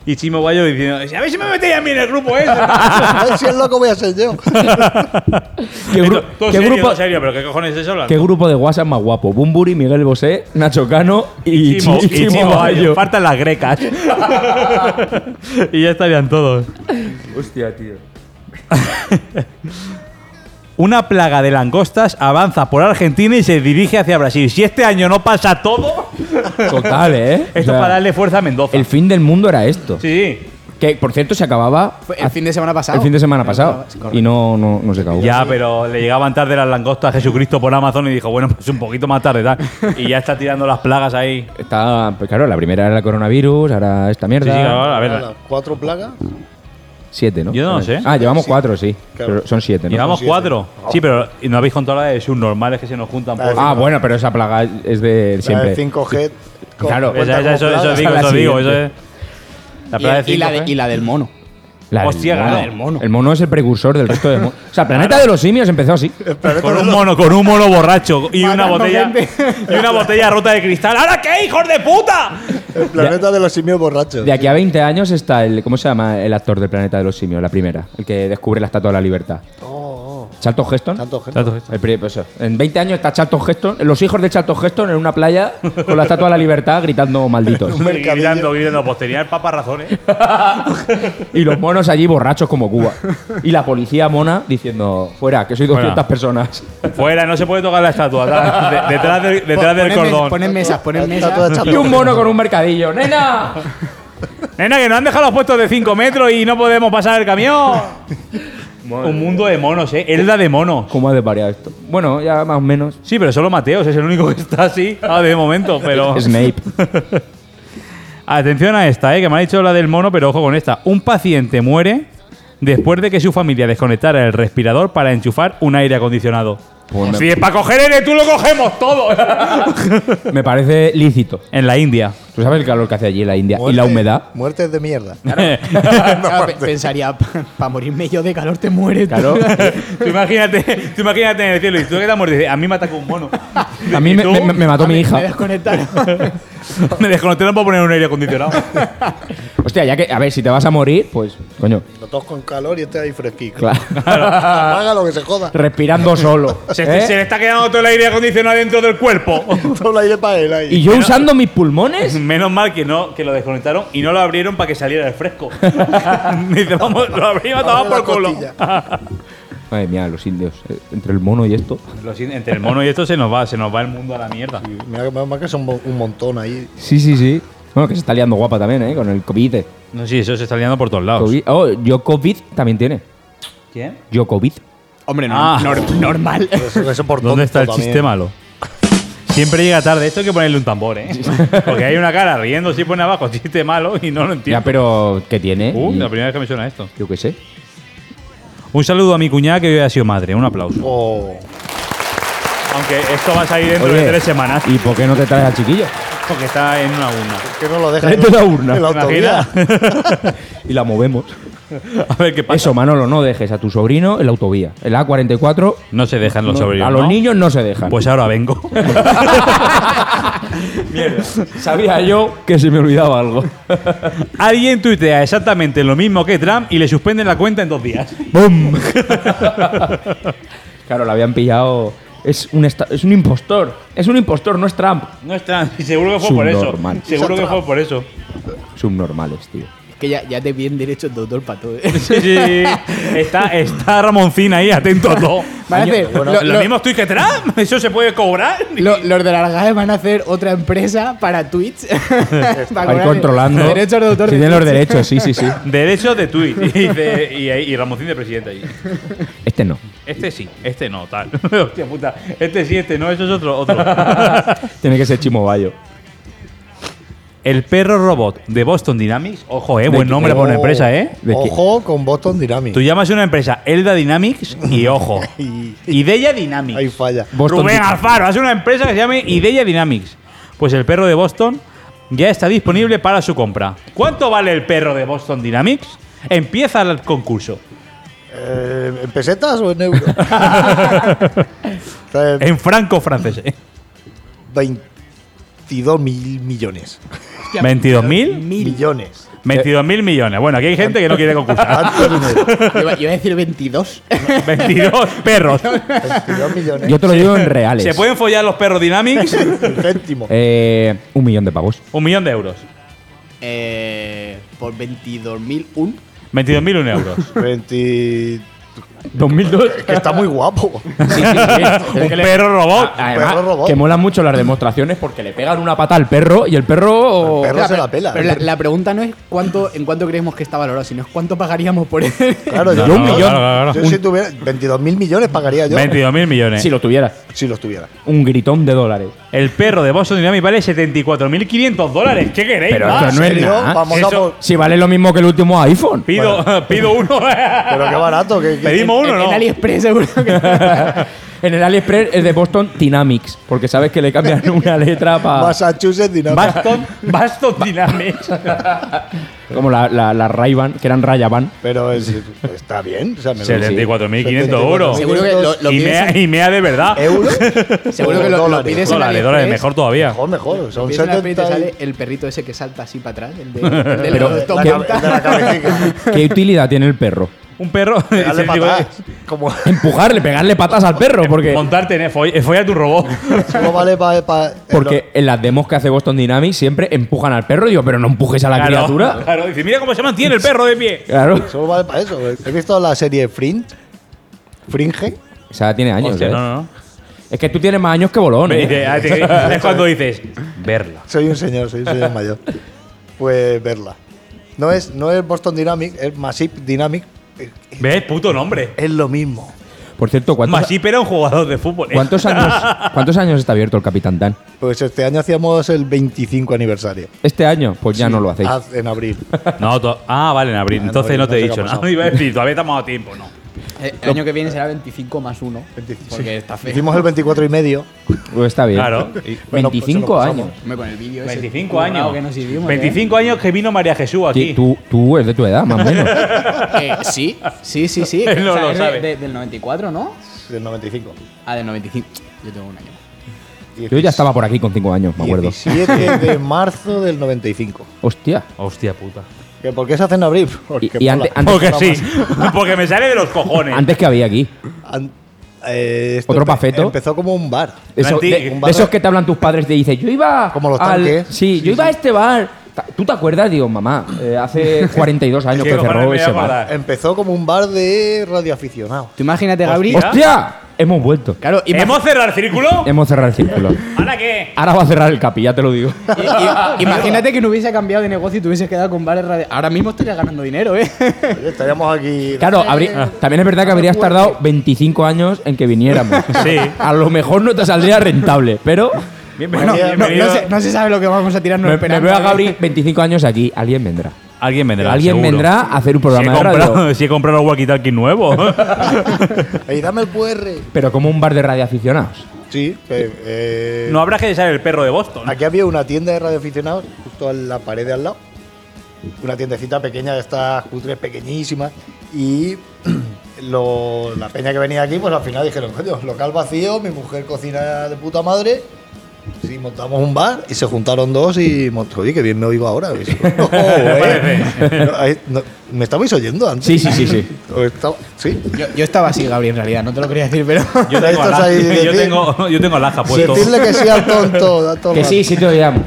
Speaker 2: Y Chimo Bayo diciendo, a ver si me metéis a mí en el grupo ese.
Speaker 6: A ver si es loco voy a ser yo.
Speaker 3: ¿Qué, gru-
Speaker 2: todo
Speaker 3: qué
Speaker 2: serio,
Speaker 3: grupo,
Speaker 2: todo serio, pero ¿qué cojones es eso? hablando?
Speaker 3: qué grupo de WhatsApp más guapo? Bumburi, Miguel Bosé, Nacho Cano y,
Speaker 2: Chimo,
Speaker 3: Chi-
Speaker 2: y
Speaker 3: Chimo
Speaker 2: Chimo Bayo.
Speaker 3: Bayo.
Speaker 2: Faltan las grecas. y ya estarían todos.
Speaker 1: Hostia, tío.
Speaker 2: Una plaga de langostas avanza por Argentina y se dirige hacia Brasil. Si este año no pasa todo,
Speaker 3: Total, ¿eh?
Speaker 2: esto
Speaker 3: O sea,
Speaker 2: para darle fuerza a Mendoza.
Speaker 3: El fin del mundo era esto.
Speaker 2: sí.
Speaker 3: Que, por cierto, se acababa
Speaker 5: Fue el
Speaker 3: hace-
Speaker 5: fin de semana pasado.
Speaker 3: Ah, el fin de semana pasado.
Speaker 5: Correcto.
Speaker 3: Y no, no, no se acabó.
Speaker 2: Ya, pero le llegaban tarde las langostas a Jesucristo por Amazon y dijo, bueno, pues un poquito más tarde tal. Y ya está tirando las plagas ahí.
Speaker 3: Está, pues claro, la primera era el coronavirus, ahora esta
Speaker 2: Sí, sí,
Speaker 3: mierda.
Speaker 2: ahora, a ver.
Speaker 6: Las cuatro plagas.
Speaker 3: Siete, ¿no?
Speaker 2: Yo no lo sé.
Speaker 3: Ah, llevamos cuatro, sí.
Speaker 6: Claro.
Speaker 3: Pero son siete, ¿no?
Speaker 2: Llevamos
Speaker 6: Son siete.
Speaker 2: cuatro. Sí, pero ¿y no habéis contado la de subnormales que se nos juntan por.
Speaker 3: Ah, bueno, pero esa plaga es de
Speaker 6: La
Speaker 3: siempre.
Speaker 6: de 5G. co-
Speaker 3: Claro.
Speaker 6: cuenta
Speaker 2: Esa- esa- eso,
Speaker 6: como
Speaker 2: eso
Speaker 6: plaga.
Speaker 2: digo,
Speaker 3: La
Speaker 2: eso digo. Eso es.
Speaker 3: siguiente.
Speaker 2: La
Speaker 5: Y-
Speaker 2: plaga de
Speaker 5: y, la
Speaker 2: cinco,
Speaker 5: de-
Speaker 2: ¿eh?
Speaker 5: y la del mono.
Speaker 3: La del
Speaker 2: Hostia, la del
Speaker 5: mono.
Speaker 3: El mono es el precursor del resto de monos. O sea, el planeta de los simios empezó así.
Speaker 2: Con un mono, con un mono borracho y una
Speaker 5: Matando
Speaker 2: botella
Speaker 5: gente.
Speaker 2: y una botella rota de cristal. ¿Ahora qué, hijos de puta?
Speaker 6: El planeta de los simios borrachos.
Speaker 3: De aquí a 20 años está el. ¿Cómo se llama el actor del planeta de los simios? La primera. El que descubre la estatua de la libertad. Charlton Heston.
Speaker 6: Tanto gente.
Speaker 2: Tanto esto.
Speaker 3: El pri- pues eso. En 20 años está Charlton Heston. Los hijos de Charlton Heston en una playa con la estatua de la libertad gritando malditos.
Speaker 6: Un mercadillo.
Speaker 2: Gritando, gritando, pues tenía el papa razón, ¿eh?
Speaker 3: Y los monos allí borrachos como Cuba. Y la policía mona diciendo: Fuera, que soy 200
Speaker 2: Fuera.
Speaker 3: personas.
Speaker 2: Fuera, no se puede tocar la estatua. tal. De- detrás del- detrás del
Speaker 5: Ponen mes-
Speaker 2: cordón.
Speaker 5: Ponen mesas, ponen
Speaker 6: Está toda
Speaker 5: mesas.
Speaker 6: hecha
Speaker 3: Y un mono con un mercadillo. ¡Nena!
Speaker 2: Nena, que nos han dejado los puestos de 5 metros y no podemos pasar el camión. Un mundo de monos, ¿eh? Herda de monos.
Speaker 3: ¿Cómo ha de parear esto? Bueno, ya más o menos.
Speaker 2: Sí, pero solo Mateos es el único que está así ah, de momento, pero...
Speaker 3: Snape.
Speaker 2: Atención a esta, ¿eh? que me ha dicho la del mono, pero ojo con esta. Un paciente muere después de que su familia desconectara el respirador para enchufar un aire acondicionado.
Speaker 3: Pues me-
Speaker 2: Si es para coger aire, tú lo cogemos todo.
Speaker 3: Me parece lícito.
Speaker 2: en la India.
Speaker 3: Tú sabes el calor que hace allí en la India y
Speaker 6: Muerte-
Speaker 3: la humedad.
Speaker 6: Muertes de mierda.
Speaker 5: Claro, pe- pensaría, para morirme yo de calor te mueres. tú".
Speaker 3: Claro.
Speaker 2: tú, imagínate, tú imagínate en el cielo y tú que te muerto y dices, a mí me atacó un mono.
Speaker 3: A mí
Speaker 2: ¿Y
Speaker 3: me,
Speaker 2: tú?
Speaker 3: me- me mató
Speaker 5: A
Speaker 3: mi
Speaker 5: mí
Speaker 3: hija.
Speaker 5: Ah, Me desconectaron.
Speaker 2: Me desconectaron para poner un aire acondicionado.
Speaker 3: Hostia, ya que, a ver, si te vas a morir, pues, coño,
Speaker 6: Nosotros con calor y este ahí fresquito.
Speaker 3: claro.
Speaker 6: Haga lo que se joda.
Speaker 3: respirando solo.
Speaker 2: Se,
Speaker 3: ¿eh?
Speaker 2: se le está quedando todo el aire acondicionado dentro del cuerpo.
Speaker 6: Todo el aire para él ahí.
Speaker 3: Y yo usando mis pulmones.
Speaker 2: Menos mal que no que lo desconectaron y no lo abrieron para que saliera el fresco. Dice, vamos, lo abrimos a tomar
Speaker 6: Abre la
Speaker 2: por culo.
Speaker 6: costilla.
Speaker 3: Madre mía, los indios. eh, Entre el mono y esto.
Speaker 2: Lo siento, entre el mono y esto se nos va, se nos va el mundo a la mierda.
Speaker 6: Mira que más que son mo- un montón ahí.
Speaker 3: Sí, sí, sí. Bueno, que se está liando guapa también, ¿eh? Con el COVID.
Speaker 2: No, sí, eso se está liando por todos lados.
Speaker 3: COVID. Oh, Jokovic también tiene.
Speaker 2: ¿Quién?
Speaker 3: Jokovic.
Speaker 5: Hombre, no,
Speaker 2: Ah.
Speaker 5: nor- normal.
Speaker 6: Eso, eso por tonto
Speaker 2: ¿Dónde está el
Speaker 6: también.
Speaker 2: chiste malo? Siempre llega tarde, esto hay que ponerle un tambor, ¿eh? Porque hay una cara riendo, si pone abajo chiste malo y no lo
Speaker 3: Ya,
Speaker 2: entiendo.
Speaker 3: pero ¿qué tiene?
Speaker 2: Uh,
Speaker 3: Y-
Speaker 2: la primera vez que me suena esto.
Speaker 3: Yo qué sé.
Speaker 2: Un saludo a mi cuñada que hoy ha sido madre, un aplauso.
Speaker 6: Oh,
Speaker 2: Aunque esto va a salir dentro
Speaker 3: Oye,
Speaker 2: de tres semanas
Speaker 3: ¿Y por qué no te traes al chiquillo?
Speaker 2: porque está en una urna.
Speaker 6: que no lo dejan
Speaker 3: Tráete
Speaker 6: en-
Speaker 3: la urna.
Speaker 6: en la
Speaker 2: ¿Te imaginas?
Speaker 6: autovía.
Speaker 3: Y la movemos.
Speaker 2: A ver qué pasa.
Speaker 3: Eso, Manolo, no dejes a tu sobrino en la autovía. El A44.
Speaker 2: No se dejan los
Speaker 3: no-
Speaker 2: sobrinos.
Speaker 3: a los
Speaker 2: ¿no?
Speaker 3: niños no se dejan.
Speaker 2: Pues ahora vengo.
Speaker 3: sabía yo que se me olvidaba algo.
Speaker 2: Alguien tuitea exactamente lo mismo que Trump y le suspenden la cuenta en dos días.
Speaker 3: ¡Bum! claro, lo habían pillado. Es un, esta- es un impostor. Es un impostor, no es Trump.
Speaker 2: No es Trump. Y seguro que fue por eso.
Speaker 3: Subnormal.
Speaker 2: Seguro que fue por eso.
Speaker 3: Subnormales, tío.
Speaker 5: Es que ya, ya te piden derechos de autor para todo. ¿eh?
Speaker 2: Sí, sí, sí. Está, está Ramoncín ahí, atento a todo.
Speaker 5: Van a hacer
Speaker 6: bueno,
Speaker 5: lo-
Speaker 2: ¿Lo,
Speaker 5: lo-
Speaker 2: mismo tuit que Trump? ¿Eso se puede cobrar?
Speaker 5: lo- los de las GAE van a hacer otra empresa para tweets. para
Speaker 3: Ahí
Speaker 5: cobrar
Speaker 3: controlando.
Speaker 5: Derechos de autor.
Speaker 3: Sí,
Speaker 5: de
Speaker 3: tienen los
Speaker 5: tweets.
Speaker 3: derechos, sí, sí, sí.
Speaker 2: Derechos de tuit. Y, de- y, ahí- y Ramoncín de presidente ahí.
Speaker 3: Este no.
Speaker 2: Este sí, este no, tal. Hostia puta. Este sí, este no, eso es otro. otro.
Speaker 3: Tiene que ser Chimo Bayo.
Speaker 2: El perro robot de Boston Dynamics. Ojo, eh,
Speaker 3: De-
Speaker 2: buen nombre para una
Speaker 6: Oh,
Speaker 2: empresa, ¿eh?
Speaker 3: ¿De qué?
Speaker 6: Ojo con Boston
Speaker 2: Tú
Speaker 6: Dynamics.
Speaker 2: llamas a una empresa Elda Dynamics y ojo. Ideia Dynamics.
Speaker 6: Ahí falla.
Speaker 3: Boston
Speaker 2: Rubén
Speaker 3: Dy-
Speaker 2: Alfaro hace una empresa que se llama Ideia Dynamics. Pues el perro de Boston ya está disponible para su compra. ¿Cuánto vale el perro de Boston Dynamics? Empieza el concurso.
Speaker 6: Eh, ¿En pesetas o en euros?
Speaker 2: En franco francés. ¿eh?
Speaker 6: 22 mil millones.
Speaker 3: Eh,
Speaker 2: ¿22.000?
Speaker 6: Millones.
Speaker 2: 22.000 millones. Bueno, aquí hay gente que no quiere concursar.
Speaker 6: Tanto dinero.
Speaker 5: Yo iba, iba a decir 22.
Speaker 2: 22 perros.
Speaker 6: 22 millones.
Speaker 3: Yo te lo digo en reales.
Speaker 2: ¿Se pueden follar los perros Dynamics?
Speaker 6: El céntimo.
Speaker 3: Eh, un millón de pavos.
Speaker 2: Un millón de euros.
Speaker 5: eh, por 22.001.
Speaker 2: 22.000 euros.
Speaker 6: 20
Speaker 3: ¿2002?
Speaker 6: Que está muy guapo.
Speaker 2: Un perro robot.
Speaker 3: Además,
Speaker 6: perro robot.
Speaker 3: que molan mucho las demostraciones porque le pegan una pata al perro y el perro.
Speaker 6: El perro se la pela.
Speaker 5: Pero la, la pregunta no es cuánto, en cuánto creemos que está valorado, sino es cuánto pagaríamos por él.
Speaker 6: Claro,
Speaker 2: No,
Speaker 6: yo,
Speaker 2: no,
Speaker 6: yo-
Speaker 2: claro, claro, claro.
Speaker 6: yo si tuviera 22 mil millones pagaría yo
Speaker 2: 22.000 millones.
Speaker 3: Si lo tuviera,
Speaker 6: si los tuviera.
Speaker 3: un gritón de dólares.
Speaker 2: El perro de Boston Dynamics vale 74.500 dólares. ¿Qué queréis?
Speaker 3: Pero
Speaker 2: más?
Speaker 3: esto no es
Speaker 6: Pero
Speaker 3: nada.
Speaker 6: vamos a
Speaker 2: Eso-
Speaker 6: por-
Speaker 3: Si vale lo mismo que el último iPhone.
Speaker 2: pido, pido uno.
Speaker 6: Pero qué barato. Que, que-
Speaker 2: Pedimos uno,
Speaker 5: en,
Speaker 2: ¿no?
Speaker 5: en AliExpress seguro que
Speaker 3: en el AliExpress es de Boston Dynamics, porque sabes que le cambian una letra para.
Speaker 6: Ah. Massachusetts Dynamics.
Speaker 2: Baston, Baston Dynamics.
Speaker 3: Como la, la, la Ray-Ban, que eran Rayaban.
Speaker 6: Pero es- está bien. O sea, me lo-
Speaker 2: 74.500 euros.
Speaker 5: Seguro que lo, lo
Speaker 2: y,
Speaker 5: pides
Speaker 2: mea,
Speaker 5: en-
Speaker 2: y mea de verdad.
Speaker 6: ¿Euros?
Speaker 5: seguro que lo- lo
Speaker 6: Dólares.
Speaker 5: pides en
Speaker 2: Dólares,
Speaker 5: AliExpress.
Speaker 2: dólares, mejor todavía.
Speaker 6: Mejor, mejor. Son
Speaker 5: Pides en AliExpress y
Speaker 6: 70
Speaker 5: te
Speaker 6: y-
Speaker 5: sale el perrito ese que salta así para atrás, el de, el de
Speaker 6: Pero
Speaker 5: los
Speaker 6: de
Speaker 5: top
Speaker 6: la cabe-
Speaker 5: 40.
Speaker 6: de la cabecita.
Speaker 3: ¿Qué utilidad tiene el perro?
Speaker 2: Un perro. eh,
Speaker 6: Dale
Speaker 2: ese tipo
Speaker 6: para
Speaker 2: de-
Speaker 6: atrás. Como
Speaker 3: Empujarle, pegarle patas al perro, porque.
Speaker 2: Montarte en folla, a tu robot.
Speaker 6: solo vale para.
Speaker 3: Porque en las demos que hace Boston Dynamics siempre empujan al perro. Digo, pero no empujes a la criatura.
Speaker 2: claro. Dice, mira cómo se mantiene el perro de pie.
Speaker 3: Claro.
Speaker 6: Solo vale para eso. ¿Has visto la serie Fringe? Fringe.
Speaker 3: O sea, tiene años.
Speaker 2: Hostia,
Speaker 3: ¿eh?
Speaker 2: no, no,
Speaker 3: Es que tú tienes más años que Bolón.
Speaker 2: no.
Speaker 3: ¿eh?
Speaker 2: Dice, ah, te- es cuando dices, verla.
Speaker 6: Soy un señor, soy un señor mayor. Pues verla. No es, no es Boston Dynamic, es Massive Dynamic. Es,
Speaker 2: ¿Ves? Puto nombre.
Speaker 6: es lo mismo.
Speaker 3: Por cierto, ¿cuántos,
Speaker 2: Masip era un jugador de fútbol. ¿eh?
Speaker 3: ¿cuántos años, ¿cuántos años está abierto el Capitán Dan?
Speaker 6: Pues este año hacíamos el 25 aniversario.
Speaker 3: Este año, pues ya no lo hacéis.
Speaker 6: Haz- En abril.
Speaker 2: No, to- ah, vale, en abril.
Speaker 6: Ah, en
Speaker 2: Entonces
Speaker 6: abril,
Speaker 2: no te he
Speaker 6: no
Speaker 2: dicho
Speaker 6: sé qué ha
Speaker 2: nada.
Speaker 6: pasado.
Speaker 2: Iba a decir, todavía estamos a tiempo, ¿no?
Speaker 5: El el año que viene será 25 más 1. Porque está feo.
Speaker 6: Hicimos el 24 y medio.
Speaker 3: Pues está bien.
Speaker 2: Claro. Y-
Speaker 6: Bueno, pues
Speaker 3: 25
Speaker 6: se lo pasamos.
Speaker 3: años.
Speaker 5: Hombre, con el vídeo ese
Speaker 2: 25
Speaker 5: currao
Speaker 2: años.
Speaker 5: que nos hicimos, ¿eh?
Speaker 2: 25 años que vino María Jesús
Speaker 3: Ti-
Speaker 2: aquí.
Speaker 3: Tú, tú eres de tu edad, más o menos.
Speaker 5: Eh, sí, sí, sí, sí.
Speaker 2: Él no lo
Speaker 5: es
Speaker 2: sabe.
Speaker 5: de- de- del 94, ¿no?
Speaker 6: El 95.
Speaker 5: Ah, del 95. Yo tengo un año. más.
Speaker 3: Yo ya estaba por aquí con 5 años, me acuerdo.
Speaker 6: 17 de marzo del 95.
Speaker 3: Hostia.
Speaker 2: Hostia puta.
Speaker 6: ¿Que ¿Por qué se hace en abril? Porque
Speaker 3: Y- y ante-
Speaker 6: mola.
Speaker 3: ante-
Speaker 2: Porque sí. Porque me sale de los cojones.
Speaker 3: Antes que había aquí.
Speaker 6: An- eh, esto
Speaker 3: ¿Otro
Speaker 6: empe-
Speaker 3: pafeto?
Speaker 6: Empezó como un bar.
Speaker 3: Eso-
Speaker 2: Anti-
Speaker 3: de,
Speaker 6: un
Speaker 3: de
Speaker 6: bar-
Speaker 3: esos que te hablan tus padres, te dicen, yo iba.
Speaker 6: Como los
Speaker 3: al-
Speaker 6: tanques.
Speaker 3: Sí, yo iba a este bar. Ta- ¿Tú te acuerdas? Digo, mamá, eh, hace 42 años que
Speaker 2: Quiero
Speaker 3: cerró
Speaker 2: ponerme a
Speaker 3: ese bar.
Speaker 2: parar.
Speaker 6: Empezó como un bar de radioaficionados.
Speaker 5: Tú imagínate, Gabri.
Speaker 2: Hostia.
Speaker 3: ¡Hostia! Hemos vuelto.
Speaker 5: Claro, ima-
Speaker 2: ¿Hemos cerrado el círculo?
Speaker 5: Em-
Speaker 3: Hemos cerrado el círculo.
Speaker 2: ¿Ahora qué?
Speaker 3: Ahora va a cerrar el capi, ya te lo digo.
Speaker 5: i- i- imagínate que no hubiese cambiado de negocio y te hubieses quedado con bares radio. Ahora mismo estarías ganando dinero, ¿eh?
Speaker 6: Oye, estaríamos aquí.
Speaker 3: Claro, habrí- también es verdad que habrías tardado 25 años en que viniéramos.
Speaker 2: Sí.
Speaker 3: A lo mejor no te saldría rentable, pero
Speaker 2: Bienvenido.
Speaker 5: No, no
Speaker 2: bienvenido.
Speaker 5: se, no se sabe lo que vamos a tirarnos
Speaker 3: me, me
Speaker 5: esperando.
Speaker 3: veo a Gabri 25 años aquí. Alguien vendrá.
Speaker 2: Alguien vendrá.
Speaker 3: Alguien
Speaker 2: seguro.
Speaker 3: vendrá a hacer un
Speaker 2: Si he,
Speaker 3: programa de radio.
Speaker 2: comprado, si he comprado el walkie talkie nuevo.
Speaker 6: Ey, dame el QR.
Speaker 3: Pero como un bar de radioaficionados.
Speaker 6: Sí, eh, eh,
Speaker 2: no habrá que dejar el perro de Boston.
Speaker 6: aquí había una tienda de radioaficionados justo a la pared de al lado. Una tiendecita pequeña de estas cutres pequeñísimas. Y lo- la peña que venía aquí, pues al final dijeron, coño, local vacío, mi mujer cocina de puta madre. Sí, montamos un bar y se juntaron dos y mont- oye, qué bien me oigo ahora. Y yo, "Oh, eh". No, ahí- no, ¿Me estabais oyendo antes?
Speaker 3: Sí, sí, sí, sí.
Speaker 6: ¿O estaba- ¿Sí?
Speaker 5: Yo, yo estaba así, Gabri, en realidad. No te lo quería decir, pero.
Speaker 2: Yo tengo,
Speaker 6: Estos
Speaker 2: a
Speaker 6: ahí
Speaker 2: Laja- yo,
Speaker 6: decir-
Speaker 2: tengo, yo tengo a Laja puesto.
Speaker 6: Decirle que sí al tonto. al tonto.
Speaker 3: Que sí, sí te oíamos.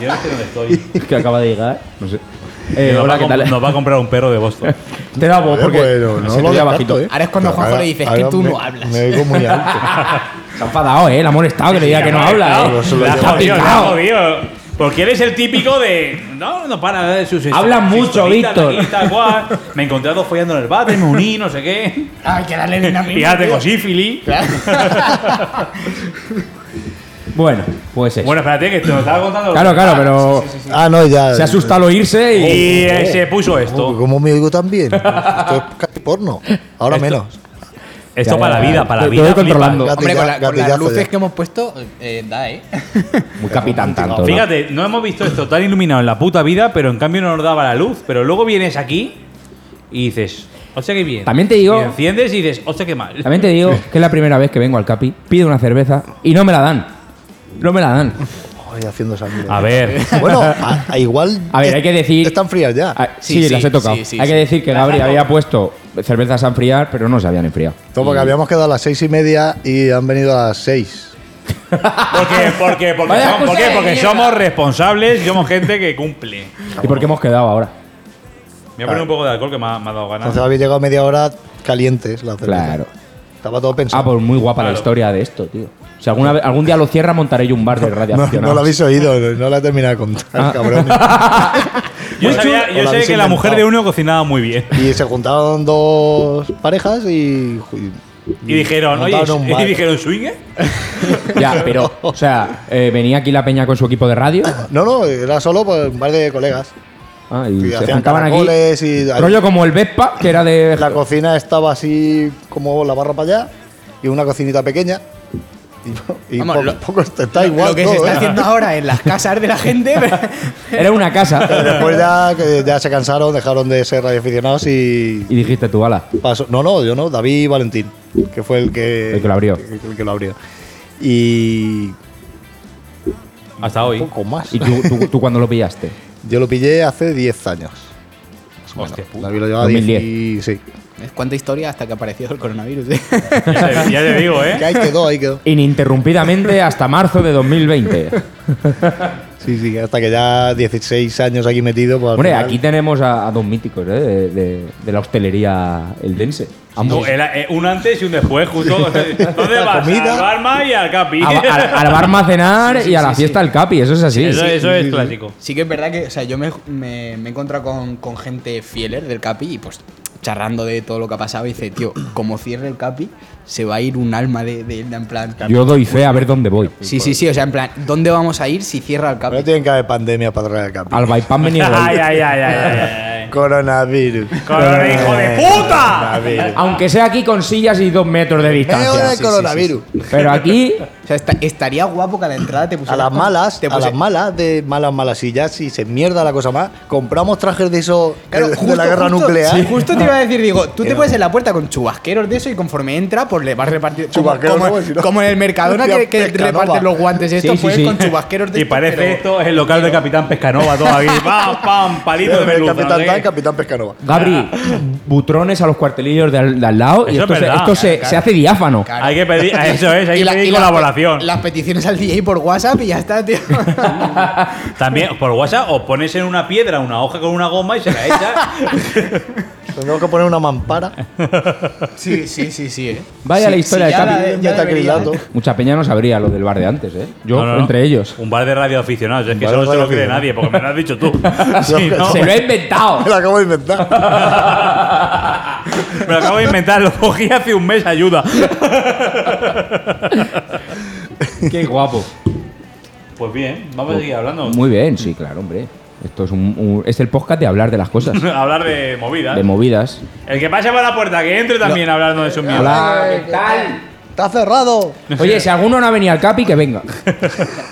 Speaker 2: Yo no sé dónde
Speaker 6: Eh,
Speaker 2: estoy.
Speaker 3: Que acaba de llegar. No Eh, sé. Eh,
Speaker 2: Que nos va
Speaker 3: hola,
Speaker 2: a
Speaker 3: ¿qué
Speaker 2: com-
Speaker 3: tal?
Speaker 2: Nos va a comprar un perro de Boston.
Speaker 3: Te da voz
Speaker 6: Joder,
Speaker 3: porque
Speaker 6: bueno, no
Speaker 3: se te
Speaker 6: lo
Speaker 3: oía
Speaker 6: descarto,
Speaker 3: bajito.
Speaker 6: ¿eh?
Speaker 5: Ahora es cuando a Juanjo le dices, "Es que tú no hablas".
Speaker 6: Me oigo muy alto.
Speaker 3: Se ha enfadado, ¿eh? La ha molestado que le diga que no habla,
Speaker 2: Claro,
Speaker 3: ¿eh?
Speaker 6: se lo
Speaker 2: la
Speaker 3: La
Speaker 2: ha
Speaker 3: ha
Speaker 2: jodido, la ha
Speaker 3: picado.
Speaker 2: jodido. Porque eres el típico de. No, no para de sus
Speaker 3: Habla
Speaker 2: sus
Speaker 3: mucho,
Speaker 2: historitas
Speaker 3: Víctor.
Speaker 2: de aquí, tal cual. Me encontré a dos follando en el váter, me uní, no sé qué.
Speaker 5: Ah, hay que darle dinamismo.
Speaker 2: Y ya tengo
Speaker 5: tío.
Speaker 2: sífilis.
Speaker 3: Bueno, pues eso.
Speaker 2: Bueno, espérate, que te lo estaba contando.
Speaker 3: claro, claro, pero
Speaker 6: Ah, no, ya.
Speaker 3: se asusta al oírse
Speaker 2: Y
Speaker 3: y.
Speaker 2: eh, se puso
Speaker 3: Oh,
Speaker 6: Uy,
Speaker 2: esto.
Speaker 6: ¿Cómo me oigo tan bien? Esto es casi porno. Ahora menos.
Speaker 2: Esto
Speaker 3: oh. Ya,
Speaker 2: para
Speaker 3: ya,
Speaker 2: la
Speaker 3: ya.
Speaker 2: vida, para la
Speaker 3: Te- te
Speaker 2: vida.
Speaker 3: voy
Speaker 2: flipa.
Speaker 3: controlando.
Speaker 5: Hombre, con, la- con
Speaker 6: Gatillazo
Speaker 5: las
Speaker 6: ya.
Speaker 5: luces que hemos puesto, eh, da, ¿eh?
Speaker 3: Muy capitán tanto. ¿no?
Speaker 2: Fíjate, no hemos visto esto tan iluminado en la puta vida, pero en cambio no nos daba la luz. Pero luego vienes aquí y dices, hostia, qué bien.
Speaker 3: También te digo-
Speaker 2: Y enciendes y dices, hostia, qué mal.
Speaker 3: También te digo que es la primera vez que vengo al Capi, pido una cerveza y no me la dan. No me la dan.
Speaker 6: Joder, haciendo sangre.
Speaker 2: A ver.
Speaker 6: Bueno, a, a igual.
Speaker 3: A ver, hay que decir-
Speaker 6: Están frías ya.
Speaker 3: Ah, sí,
Speaker 5: Sí, sí,
Speaker 3: las he tocado.
Speaker 5: sí, sí,
Speaker 3: Hay que
Speaker 5: sí.
Speaker 3: decir que Gabriel había puesto cervezas a enfriar, pero no se habían enfriado.
Speaker 6: No, porque habíamos quedado a las seis y media y han venido a las seis.
Speaker 2: ¿Por qué? ¿Por qué? Porque,
Speaker 3: Vaya
Speaker 2: somos, ¿por qué?
Speaker 3: excusa de
Speaker 2: Porque
Speaker 3: mierda.
Speaker 2: somos responsables y somos gente que cumple.
Speaker 3: ¿Y por qué hemos quedado ahora?
Speaker 2: Me voy a poner un poco de alcohol que me ha, me ha dado ganas.
Speaker 6: Entonces habéis llegado media hora calientes la cerveza.
Speaker 3: Claro.
Speaker 6: Estaba todo
Speaker 3: Ah,
Speaker 6: pensado.
Speaker 3: pues muy guapa la
Speaker 2: Claro.
Speaker 3: historia de esto, tío. Si alguna vez- algún día lo cierra, montaré yo un bar de radio
Speaker 6: no, no lo habéis oído, no, no la he terminado de contar,
Speaker 3: Ah.
Speaker 6: cabrón.
Speaker 2: Yo,
Speaker 6: Hola,
Speaker 2: sabía-
Speaker 6: Bichu.
Speaker 2: yo
Speaker 6: Hola,
Speaker 2: sé
Speaker 6: Bichu
Speaker 2: que la mujer
Speaker 6: inventado.
Speaker 2: de uno cocinaba muy bien.
Speaker 6: Y se juntaron dos parejas y.
Speaker 3: Mm.
Speaker 2: Y dijeron, oye,
Speaker 6: montaron un
Speaker 2: y
Speaker 6: bar.
Speaker 2: dijeron, ¿swinger?
Speaker 3: Ya, pero, o sea, eh, venía aquí la peña con su equipo de radio.
Speaker 6: No, no, era solo pues, un par de colegas.
Speaker 3: Ah, y
Speaker 6: Sí,
Speaker 3: se
Speaker 6: hacían
Speaker 3: juntaban aquí.
Speaker 6: caracoles y-
Speaker 3: Rollo como el Vespa, que era de.
Speaker 6: La cocina estaba así como la barra para allá y una cocinita pequeña. Y, y
Speaker 5: Vamos,
Speaker 6: poco,
Speaker 5: lo-
Speaker 6: poco está, está igual.
Speaker 5: Lo que
Speaker 6: todo,
Speaker 5: se está
Speaker 6: ¿eh?
Speaker 5: haciendo ahora en las casas de la gente.
Speaker 3: Era una
Speaker 6: Pero
Speaker 3: casa.
Speaker 6: después ya, que ya se cansaron, dejaron de ser radioaficionados y
Speaker 3: y dijiste tú, ala.
Speaker 6: pasó. No, no, yo no, David Valentín, que fue el que,
Speaker 3: El que lo abrió.
Speaker 6: El, que lo abrió. Y
Speaker 2: Hasta hoy.
Speaker 6: poco más.
Speaker 3: ¿Y tú, tú, tú cuándo lo pillaste?
Speaker 6: Yo lo pillé hace 10 años. Más o menos.
Speaker 2: Hostia puta.
Speaker 6: David lo llevaba
Speaker 3: 2010.
Speaker 6: 10 y sí.
Speaker 5: Cuánta historia hasta que apareció el coronavirus. eh?
Speaker 2: Ya te, ya te digo,
Speaker 6: Que
Speaker 2: ¿eh?
Speaker 6: ahí quedó, ahí quedó.
Speaker 3: Ininterrumpidamente hasta marzo de 2020.
Speaker 6: Sí, sí, hasta que ya 16 años aquí metido. Pues, al
Speaker 3: Hombre,
Speaker 6: final-
Speaker 3: aquí tenemos a, a dos míticos ¿eh? de, de- de la hostelería eldense.
Speaker 2: No,
Speaker 3: Ambos.
Speaker 2: era, eh, un antes y un después, justo. ¿Dónde
Speaker 6: La
Speaker 2: vas?
Speaker 6: comida.
Speaker 2: Al barma y al capi.
Speaker 3: A- a- al bar Macenar y a la fiesta del Capi, eso es así.
Speaker 2: eso, eso es clásico.
Speaker 5: Sí que es verdad que, o sea, yo me, me, me he encontrado con, con gente fieler del Capi y pues charrando de todo lo que ha pasado y dice, tío, como cierre el Capi, se va a ir un alma de, de Elda en plan...
Speaker 3: Yo doy fe a ver dónde voy.
Speaker 5: Sí, sí, sí, o sea, en plan, ¿dónde vamos a ir si cierra el
Speaker 6: Pero no
Speaker 5: Capi?
Speaker 6: tienen que haber pandemia para traer el campo.
Speaker 3: Al Baipán venía de ahí.
Speaker 2: Ay, ay, ay, ay, ay, ay.
Speaker 6: Coronavirus.
Speaker 2: Corona, hijo de puta.
Speaker 6: Coronavirus.
Speaker 3: Aunque sea aquí con sillas y dos metros de
Speaker 6: Meo de
Speaker 3: distancia.
Speaker 6: coronavirus.
Speaker 3: Pero aquí,
Speaker 5: O sea, esta- estaría guapo que a la entrada te
Speaker 6: A
Speaker 5: pusieran...
Speaker 6: las malas,
Speaker 5: te
Speaker 6: a las
Speaker 5: pusieran-
Speaker 6: malas, de malas malas. Y ya si se mierda la cosa más, compramos trajes de eso
Speaker 5: Claro,
Speaker 6: de,
Speaker 5: justo-
Speaker 6: la guerra
Speaker 5: justo-
Speaker 6: nuclear.
Speaker 5: sí, justo te iba a decir, digo, tú te pones en la puerta con chubasqueros de eso y conforme entra, pues le vas repartiendo. como-
Speaker 6: Chubasqueros
Speaker 5: como,
Speaker 6: no, si no-
Speaker 5: como en el Mercadona que, que
Speaker 6: Pescanova.
Speaker 5: reparten los guantes estos,
Speaker 3: Sí, sí,
Speaker 5: pues
Speaker 3: sí.
Speaker 5: con chubasqueros de
Speaker 2: Y
Speaker 5: estos, pero-
Speaker 2: parece esto es el local de Capitán Pescanova, todo aquí. ¡Pam, pam! Palito de
Speaker 6: El
Speaker 2: merluza. no
Speaker 6: capitán
Speaker 2: sé
Speaker 6: Tan,
Speaker 2: qué.
Speaker 6: capitán Pescanova.
Speaker 3: Gabri, butrones a los cuartelillos de al, de al lado y
Speaker 2: Eso
Speaker 3: esto,
Speaker 2: es
Speaker 3: se,
Speaker 2: verdad.
Speaker 3: esto se, se hace diáfano.
Speaker 5: Claro.
Speaker 2: Hay que pedir, eso es, hay
Speaker 5: Y
Speaker 2: que
Speaker 5: la- y
Speaker 2: pedir
Speaker 5: las pe-
Speaker 2: colaboración.
Speaker 5: Las peticiones al DJ por WhatsApp y ya está, tío.
Speaker 2: También por WhatsApp os pones en una piedra una hoja con una goma y se la echas.
Speaker 6: Tengo que poner una mampara.
Speaker 5: sí, sí, sí, sí, eh.
Speaker 3: Vaya la historia del
Speaker 5: ya
Speaker 3: Capi.
Speaker 5: la de- ya debería-
Speaker 6: metacrilato.
Speaker 3: Mucha peña no sabría lo del bar de antes, ¿eh? Yo,
Speaker 2: No, no, no.
Speaker 3: entre ellos.
Speaker 2: Un bar de radioaficionados, es que
Speaker 6: bar
Speaker 2: eso no
Speaker 6: de
Speaker 2: se lo cree
Speaker 6: radioaficionados.
Speaker 2: nadie, porque me lo has dicho tú. Sí,
Speaker 6: Yo-
Speaker 2: ¿no?
Speaker 3: ¡Se lo he inventado!
Speaker 6: Me la acabo de inventar.
Speaker 2: Me lo acabo de inventar, lo cogí hace un mes, ayuda.
Speaker 3: ¡Qué guapo!
Speaker 2: Pues bien, vamos a seguir hablando.
Speaker 3: Muy bien, sí, claro, hombre. Esto es, un, un- es el podcast de hablar de las cosas,
Speaker 2: Hablar de movidas.
Speaker 3: de movidas.
Speaker 2: El que pase por la puerta, que entre también hablando de su mierda.
Speaker 3: Hola, ¿qué tal?
Speaker 6: Está cerrado.
Speaker 3: Oye, si alguno no ha venido al Capi, que venga.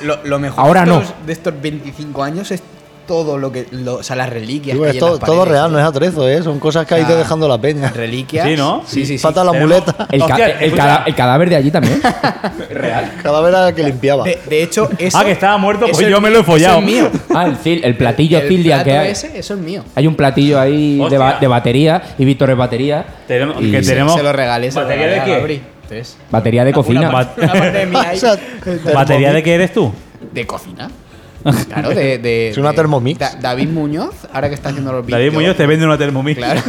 Speaker 5: Lo, lo mejor
Speaker 3: Ahora
Speaker 5: de
Speaker 3: no.
Speaker 5: estos, de estos 25 años es todo lo que. lo- o sea, las reliquias.
Speaker 6: Digo,
Speaker 5: que
Speaker 6: es
Speaker 5: hay en
Speaker 6: todo,
Speaker 5: las
Speaker 6: todo
Speaker 5: paredes,
Speaker 6: real,
Speaker 5: tío.
Speaker 6: no es atrezo, ¿eh? Son cosas que ha ido
Speaker 5: Ah.
Speaker 6: dejando la peña.
Speaker 5: Reliquias.
Speaker 2: Sí, ¿no?
Speaker 5: Sí, sí, sí.
Speaker 6: Falta la
Speaker 2: Tenemos-
Speaker 6: muleta.
Speaker 3: El, ca-
Speaker 2: Hostia,
Speaker 3: el
Speaker 2: escucha. Ah,
Speaker 3: cada- el cadáver de allí también. Real.
Speaker 6: Cada vez era el que limpiaba.
Speaker 5: De, de hecho, eso.
Speaker 2: Ah, que estaba muerto,
Speaker 5: eso
Speaker 2: pues
Speaker 5: es
Speaker 2: yo me lo he
Speaker 5: mío,
Speaker 2: follado.
Speaker 5: Eso es mío.
Speaker 3: Ah, el, cil- el platillo
Speaker 5: El
Speaker 3: Cildia que
Speaker 5: plato
Speaker 3: hay.
Speaker 5: ese, eso es mío.
Speaker 3: Hay un platillo ahí de, ba-
Speaker 2: Hostia.
Speaker 3: de batería y Víctor es batería.
Speaker 2: Tenemos-
Speaker 3: Y-
Speaker 2: que tenemos-
Speaker 5: Se lo regalé. Se lo
Speaker 2: ¿Batería
Speaker 5: regalé
Speaker 2: de
Speaker 5: a
Speaker 2: qué?
Speaker 5: Gabri. Entonces,
Speaker 3: Batería de
Speaker 2: Una
Speaker 3: cocina.
Speaker 2: bat-
Speaker 5: una parte de mí ahí-
Speaker 6: O sea,
Speaker 2: ¿Batería de qué eres tú?
Speaker 5: De cocina. Claro, de. de
Speaker 6: Es una
Speaker 5: de-
Speaker 6: Thermomix.
Speaker 5: Da- David Muñoz, ahora que está haciendo los vídeos.
Speaker 2: David Muñoz te vende una Thermomix.
Speaker 5: Claro.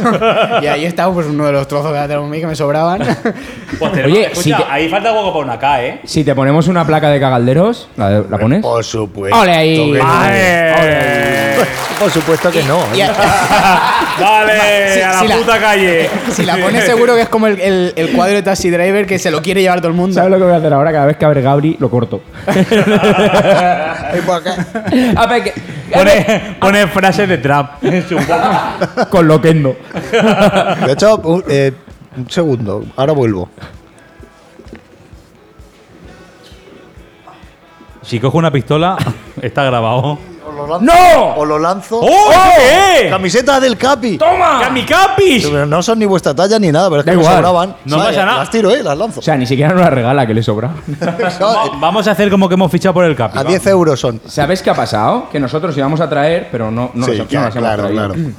Speaker 5: y ahí estaba pues uno de los trozos de la Thermomix que me sobraban.
Speaker 2: Pues tenemos-
Speaker 3: Oye,
Speaker 2: escucha,
Speaker 3: si te-
Speaker 2: ahí falta hueco para una K, ¿eh?
Speaker 3: Si te ponemos una placa de cagalderos, ¿la, la pones?
Speaker 6: Por supuesto.
Speaker 3: ¡Ole ahí!
Speaker 6: que no.
Speaker 2: ¡Vale!
Speaker 6: Por supuesto que no.
Speaker 5: Y a-
Speaker 2: ¡Vale!
Speaker 5: Si-
Speaker 2: ¡A la
Speaker 5: si la-
Speaker 2: puta calle!
Speaker 5: si la pones seguro que es como el, el- el cuadro de Taxi Driver que se lo quiere llevar todo el mundo.
Speaker 3: ¿Sabes lo que voy a hacer ahora? Cada vez que abre Gabri, lo corto. A ver, que-
Speaker 2: Pone, pone frases de trap.
Speaker 3: Con loquendo.
Speaker 6: De hecho, u- eh, Un segundo, ahora vuelvo.
Speaker 2: Si cojo una pistola, está grabado.
Speaker 6: Os lo lanzo.
Speaker 3: ¡No!
Speaker 6: Os lo lanzo.
Speaker 2: ¡Oh! ¿Qué?
Speaker 6: Camiseta del Capi.
Speaker 3: ¡Toma!
Speaker 2: ¡Kamikapis!
Speaker 6: Pero no son ni vuestra talla ni nada, pero es que
Speaker 3: Da
Speaker 6: me
Speaker 3: igual.
Speaker 6: sobraban.
Speaker 2: No pasa
Speaker 6: ya-
Speaker 2: nada.
Speaker 6: Las tiro, eh, las lanzo.
Speaker 3: O sea, ni siquiera nos la regala que le sobra.
Speaker 6: No, eh,
Speaker 2: Va- Vamos a hacer como que hemos fichado por el Capi.
Speaker 6: a
Speaker 2: va.
Speaker 6: 10 euros son.
Speaker 3: ¿Sabéis qué ha pasado? Que nosotros íbamos a traer, pero no, no,
Speaker 6: Sí,
Speaker 3: nos- no
Speaker 6: ya,
Speaker 3: las hemos
Speaker 6: claro,
Speaker 3: traído.
Speaker 6: claro.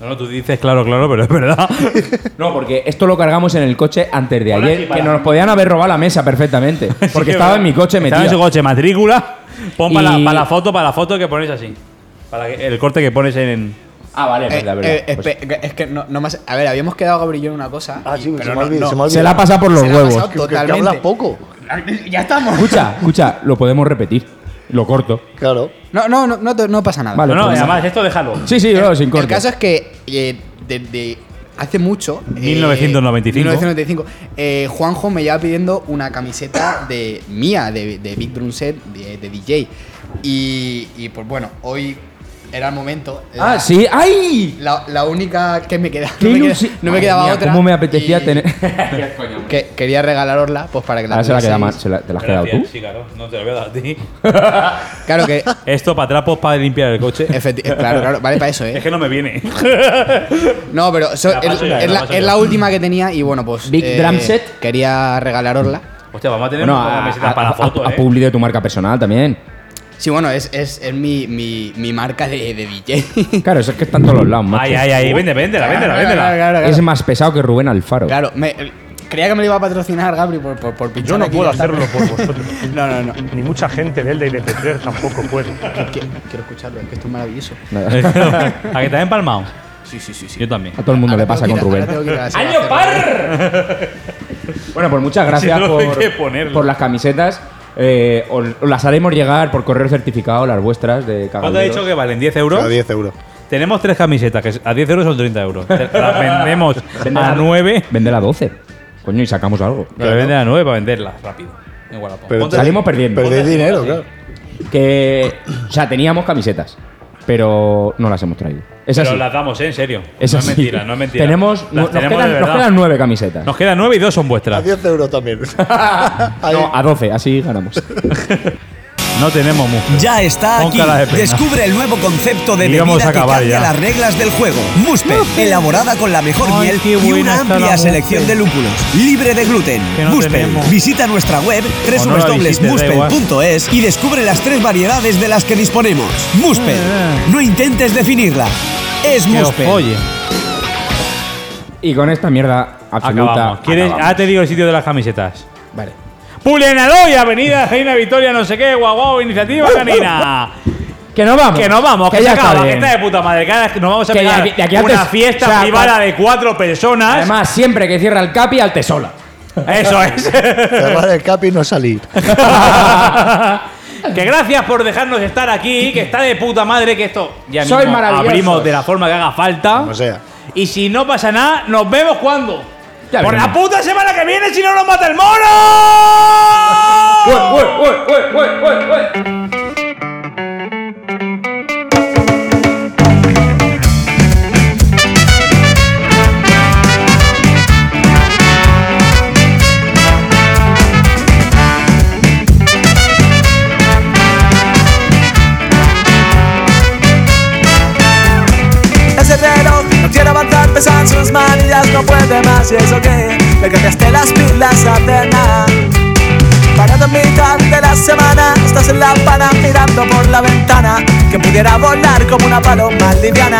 Speaker 2: No, no, tú dices claro, claro, pero es verdad.
Speaker 3: No, porque esto lo cargamos en el coche antes de
Speaker 2: Ahora sí,
Speaker 3: ayer, que
Speaker 2: para.
Speaker 3: nos podían haber robado la mesa perfectamente. Porque estaba en mi coche
Speaker 2: Estaba en su
Speaker 3: metido.
Speaker 2: coche, matrícula. Pon para,
Speaker 3: Y-
Speaker 2: la, para la foto, para la foto que pones así. Para que- el corte que pones en.
Speaker 3: Ah, vale,
Speaker 5: Eh,
Speaker 3: verdad,
Speaker 5: eh,
Speaker 3: verdad. Pues
Speaker 5: espe- que- es que no, no más. A ver, habíamos quedado Gabriel y yo en una cosa.
Speaker 6: Ah, sí,
Speaker 5: y-
Speaker 6: se me ha olvidado, se me ha
Speaker 5: no,
Speaker 6: olvidado.
Speaker 3: se la ha pasado por los
Speaker 5: Se la ha
Speaker 3: huevos.
Speaker 5: pasado
Speaker 6: Que- que- Que,
Speaker 5: Totalmente.
Speaker 6: hablas poco.
Speaker 5: Ya estamos.
Speaker 3: Escucha, escucha, lo podemos repetir. Lo corto.
Speaker 6: Claro.
Speaker 5: No, no, no, no, te- no pasa nada.
Speaker 3: Vale,
Speaker 2: No, no,
Speaker 3: pues-
Speaker 2: además, esto déjalo.
Speaker 3: Sí, sí, no, sin corte.
Speaker 5: El caso es que eh, desde hace mucho. eh,
Speaker 2: 1995.
Speaker 5: 1995, eh, Juanjo me lleva pidiendo una camiseta de mía, de, de Big Drum Set, de, de DJ. Y, y, pues bueno, hoy era el momento.
Speaker 3: Ah,
Speaker 5: La-
Speaker 3: sí. ¡Ay!
Speaker 5: La, la única que me quedaba.
Speaker 3: ¡Qué
Speaker 5: no me queda-
Speaker 3: ilusión!
Speaker 5: no me
Speaker 3: Madre
Speaker 5: quedaba
Speaker 3: mía,
Speaker 5: otra.
Speaker 3: ¿Cómo me apetecía
Speaker 5: y
Speaker 3: tener.?
Speaker 5: que- quería regalarosla, pues para que la
Speaker 3: Ahora se la queda
Speaker 5: tuvieseis.
Speaker 3: más. se la- ¿Te la has quedado tú?
Speaker 2: Gracias, Sí, claro, no te lo voy a dar a ti.
Speaker 5: Claro que.
Speaker 2: Esto para trapos para limpiar el coche.
Speaker 5: efecti- eh, claro, claro, vale para eso,
Speaker 2: Es
Speaker 5: ¿eh?
Speaker 2: que no me viene.
Speaker 5: No, pero eso
Speaker 2: La
Speaker 5: es,
Speaker 2: paso ya,
Speaker 5: es
Speaker 2: la
Speaker 5: la,
Speaker 2: paso
Speaker 5: es
Speaker 2: ya.
Speaker 5: la última que tenía y bueno, pues.
Speaker 3: Big Drum Set.
Speaker 5: Quería regalarosla.
Speaker 2: Hostia, vamos a tener
Speaker 3: Bueno,
Speaker 2: una
Speaker 3: a,
Speaker 2: mesita
Speaker 3: a,
Speaker 2: para la
Speaker 3: a-
Speaker 2: foto.
Speaker 3: a
Speaker 2: eh.
Speaker 3: publi de tu marca personal también.
Speaker 5: Sí, bueno, es, es, es mi, mi, mi marca de, de DJ.
Speaker 3: Claro, eso es que está en todos los lados, macho.
Speaker 2: Ay, ay, ay, vende, véndela, véndela, véndela.
Speaker 5: claro, claro.
Speaker 3: Es más pesado que Rubén Alfaro.
Speaker 5: Claro, me, eh, creía que me lo iba a patrocinar Gabri por, por, por pinchar
Speaker 7: Yo no
Speaker 5: aquí,
Speaker 7: puedo
Speaker 5: ya está.
Speaker 7: hacerlo por vosotros.
Speaker 5: No, no, no.
Speaker 7: Ni mucha gente de Elda y de Petrer tampoco puede.
Speaker 5: Quiero, quiero escucharlo, es que esto es maravilloso.
Speaker 2: ¿A que te has empalmado?
Speaker 5: Sí, sí, sí. sí.
Speaker 2: Yo también.
Speaker 3: A todo el mundo
Speaker 5: Ahora
Speaker 3: le pasa
Speaker 5: tengo
Speaker 3: con
Speaker 5: que ir a-
Speaker 3: Rubén.
Speaker 5: ahora tengo que ir a la sala a
Speaker 3: ¡Año
Speaker 5: hacerlo.
Speaker 3: par! bueno, pues muchas gracias
Speaker 2: Si no, hay que
Speaker 3: por,
Speaker 2: ponerlo.
Speaker 3: por las camisetas. Eh, os, os las haremos llegar por correo certificado, las vuestras de
Speaker 2: ¿Cuánto has
Speaker 3: cagalderos.
Speaker 2: dicho que valen? ¿10
Speaker 6: A
Speaker 2: euros?
Speaker 6: 10 euros.
Speaker 2: Tenemos tres camisetas que a 10 euros son 30 euros. Te- Las vendemos a 9.
Speaker 3: Vende la 12. Coño, y sacamos algo.
Speaker 2: Pero las venden a 9 para venderlas rápido. En Wallapop.
Speaker 6: Pero
Speaker 2: Ponte-
Speaker 3: Salimos perdiendo.
Speaker 6: Perdéis dinero, claro.
Speaker 3: Que. O sea, teníamos camisetas, pero no las hemos traído. Es
Speaker 2: pero
Speaker 3: así.
Speaker 2: las damos, ¿eh? en serio.
Speaker 3: Es
Speaker 2: no
Speaker 3: así.
Speaker 2: es mentira, no es mentira.
Speaker 3: Tenemos,
Speaker 2: Las
Speaker 3: nos,
Speaker 2: tenemos de
Speaker 3: quedan, nos
Speaker 2: verdad.
Speaker 3: quedan nueve camisetas.
Speaker 2: Nos quedan 9 y 2 son
Speaker 6: A
Speaker 2: vuestras.
Speaker 6: 10 euros también. Ahí.
Speaker 3: No, a 12, así ganamos.
Speaker 2: No tenemos mucho.
Speaker 8: Ya está
Speaker 2: Con
Speaker 8: aquí.
Speaker 2: cara de pena.
Speaker 8: Descubre el nuevo concepto de
Speaker 2: Y vamos
Speaker 8: bebida
Speaker 2: a
Speaker 8: que
Speaker 2: acabar
Speaker 8: cambia
Speaker 2: ya.
Speaker 8: las reglas del juego. Muspe, elaborada con la mejor
Speaker 2: Ay,
Speaker 8: miel
Speaker 2: qué
Speaker 8: y
Speaker 2: buena
Speaker 8: una
Speaker 2: está la
Speaker 8: amplia
Speaker 2: Muspe.
Speaker 8: selección de lúpulos, libre de gluten.
Speaker 2: Que no
Speaker 8: Muspe,
Speaker 2: tenemos.
Speaker 8: visita nuestra web
Speaker 2: O no la visites, da
Speaker 8: www.muspel.es y descubre las tres variedades de las que disponemos.
Speaker 2: Eh,
Speaker 8: Muspe, no intentes definirla. Es
Speaker 2: Que os
Speaker 8: Muspe.
Speaker 2: follen.
Speaker 3: y con esta mierda absoluta.
Speaker 2: Acabamos. ¿Quieres?
Speaker 3: acabamos.
Speaker 2: Ah, te digo el sitio de las camisetas.
Speaker 5: Vale.
Speaker 2: Pulienaloy, Avenida Reina Victoria, no sé qué, guau, guau, iniciativa canina.
Speaker 3: Que no vamos.
Speaker 2: Que nos vamos, que,
Speaker 3: ya
Speaker 2: se
Speaker 3: está
Speaker 2: acaba, que
Speaker 3: bien.
Speaker 2: está de puta madre. Que ahora nos vamos a
Speaker 3: Que de
Speaker 2: pegar
Speaker 3: aquí- de aquí a
Speaker 2: una
Speaker 3: tres-
Speaker 2: fiesta
Speaker 3: o sea,
Speaker 2: privada
Speaker 3: pa-
Speaker 2: de cuatro personas.
Speaker 3: Además, siempre que cierra el capi, al tesola.
Speaker 2: Eso es.
Speaker 6: Cerrar el Capi y no salir.
Speaker 2: que gracias por dejarnos estar aquí, que está de puta madre que esto ya
Speaker 3: Soy
Speaker 2: mismo
Speaker 3: maravilloso.
Speaker 2: abrimos de la forma que haga falta.
Speaker 6: Como sea.
Speaker 2: Y si no pasa nada, nos vemos cuando.
Speaker 3: Ya
Speaker 2: Por
Speaker 3: veremos.
Speaker 2: la puta semana que viene, si no nos mata el mono.
Speaker 9: Es herrero no quiere avanzar, pesan sus manillas, no puede más y eso que le cargaste las pilas a cena. Parado en mitad de la semana, estás en la pana mirando por la ventana, que pudiera volar como una paloma liviana.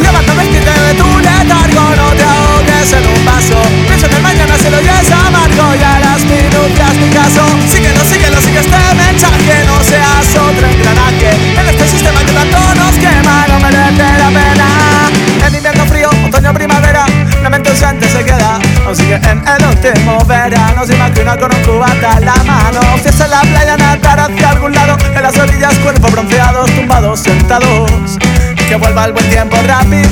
Speaker 9: Levanta vestite de tu letargo, no te ahogues en un vaso. Piensa en el mañana si lo oyes amargo y harás minutas mi caso. Síguelo, síguelo, sigue este mensaje, no seas otro engranaje. En este sistema que tanto nos quema, no merece la pena. En invierno frío, otoño, primavera, la mente ausente se queda. Aún sigue en el último verano, se imagina con un cubata en la mano. Fiesta en la playa, nadar hacia algún lado, en las orillas, cuerpo bronceados, tumbados, sentados. Que vuelva el buen tiempo rápido.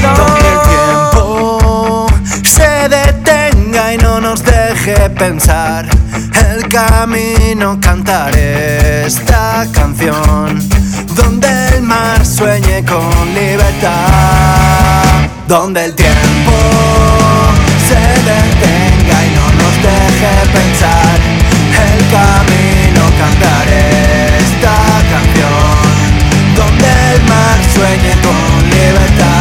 Speaker 4: tiempo se detenga y no nos deje pensar el camino cantar esta canción donde el mar sueñe con libertad donde el tiempo se detenga y no nos deje pensar el camino. Cantaré esta canción donde el mar sueñe con libertad.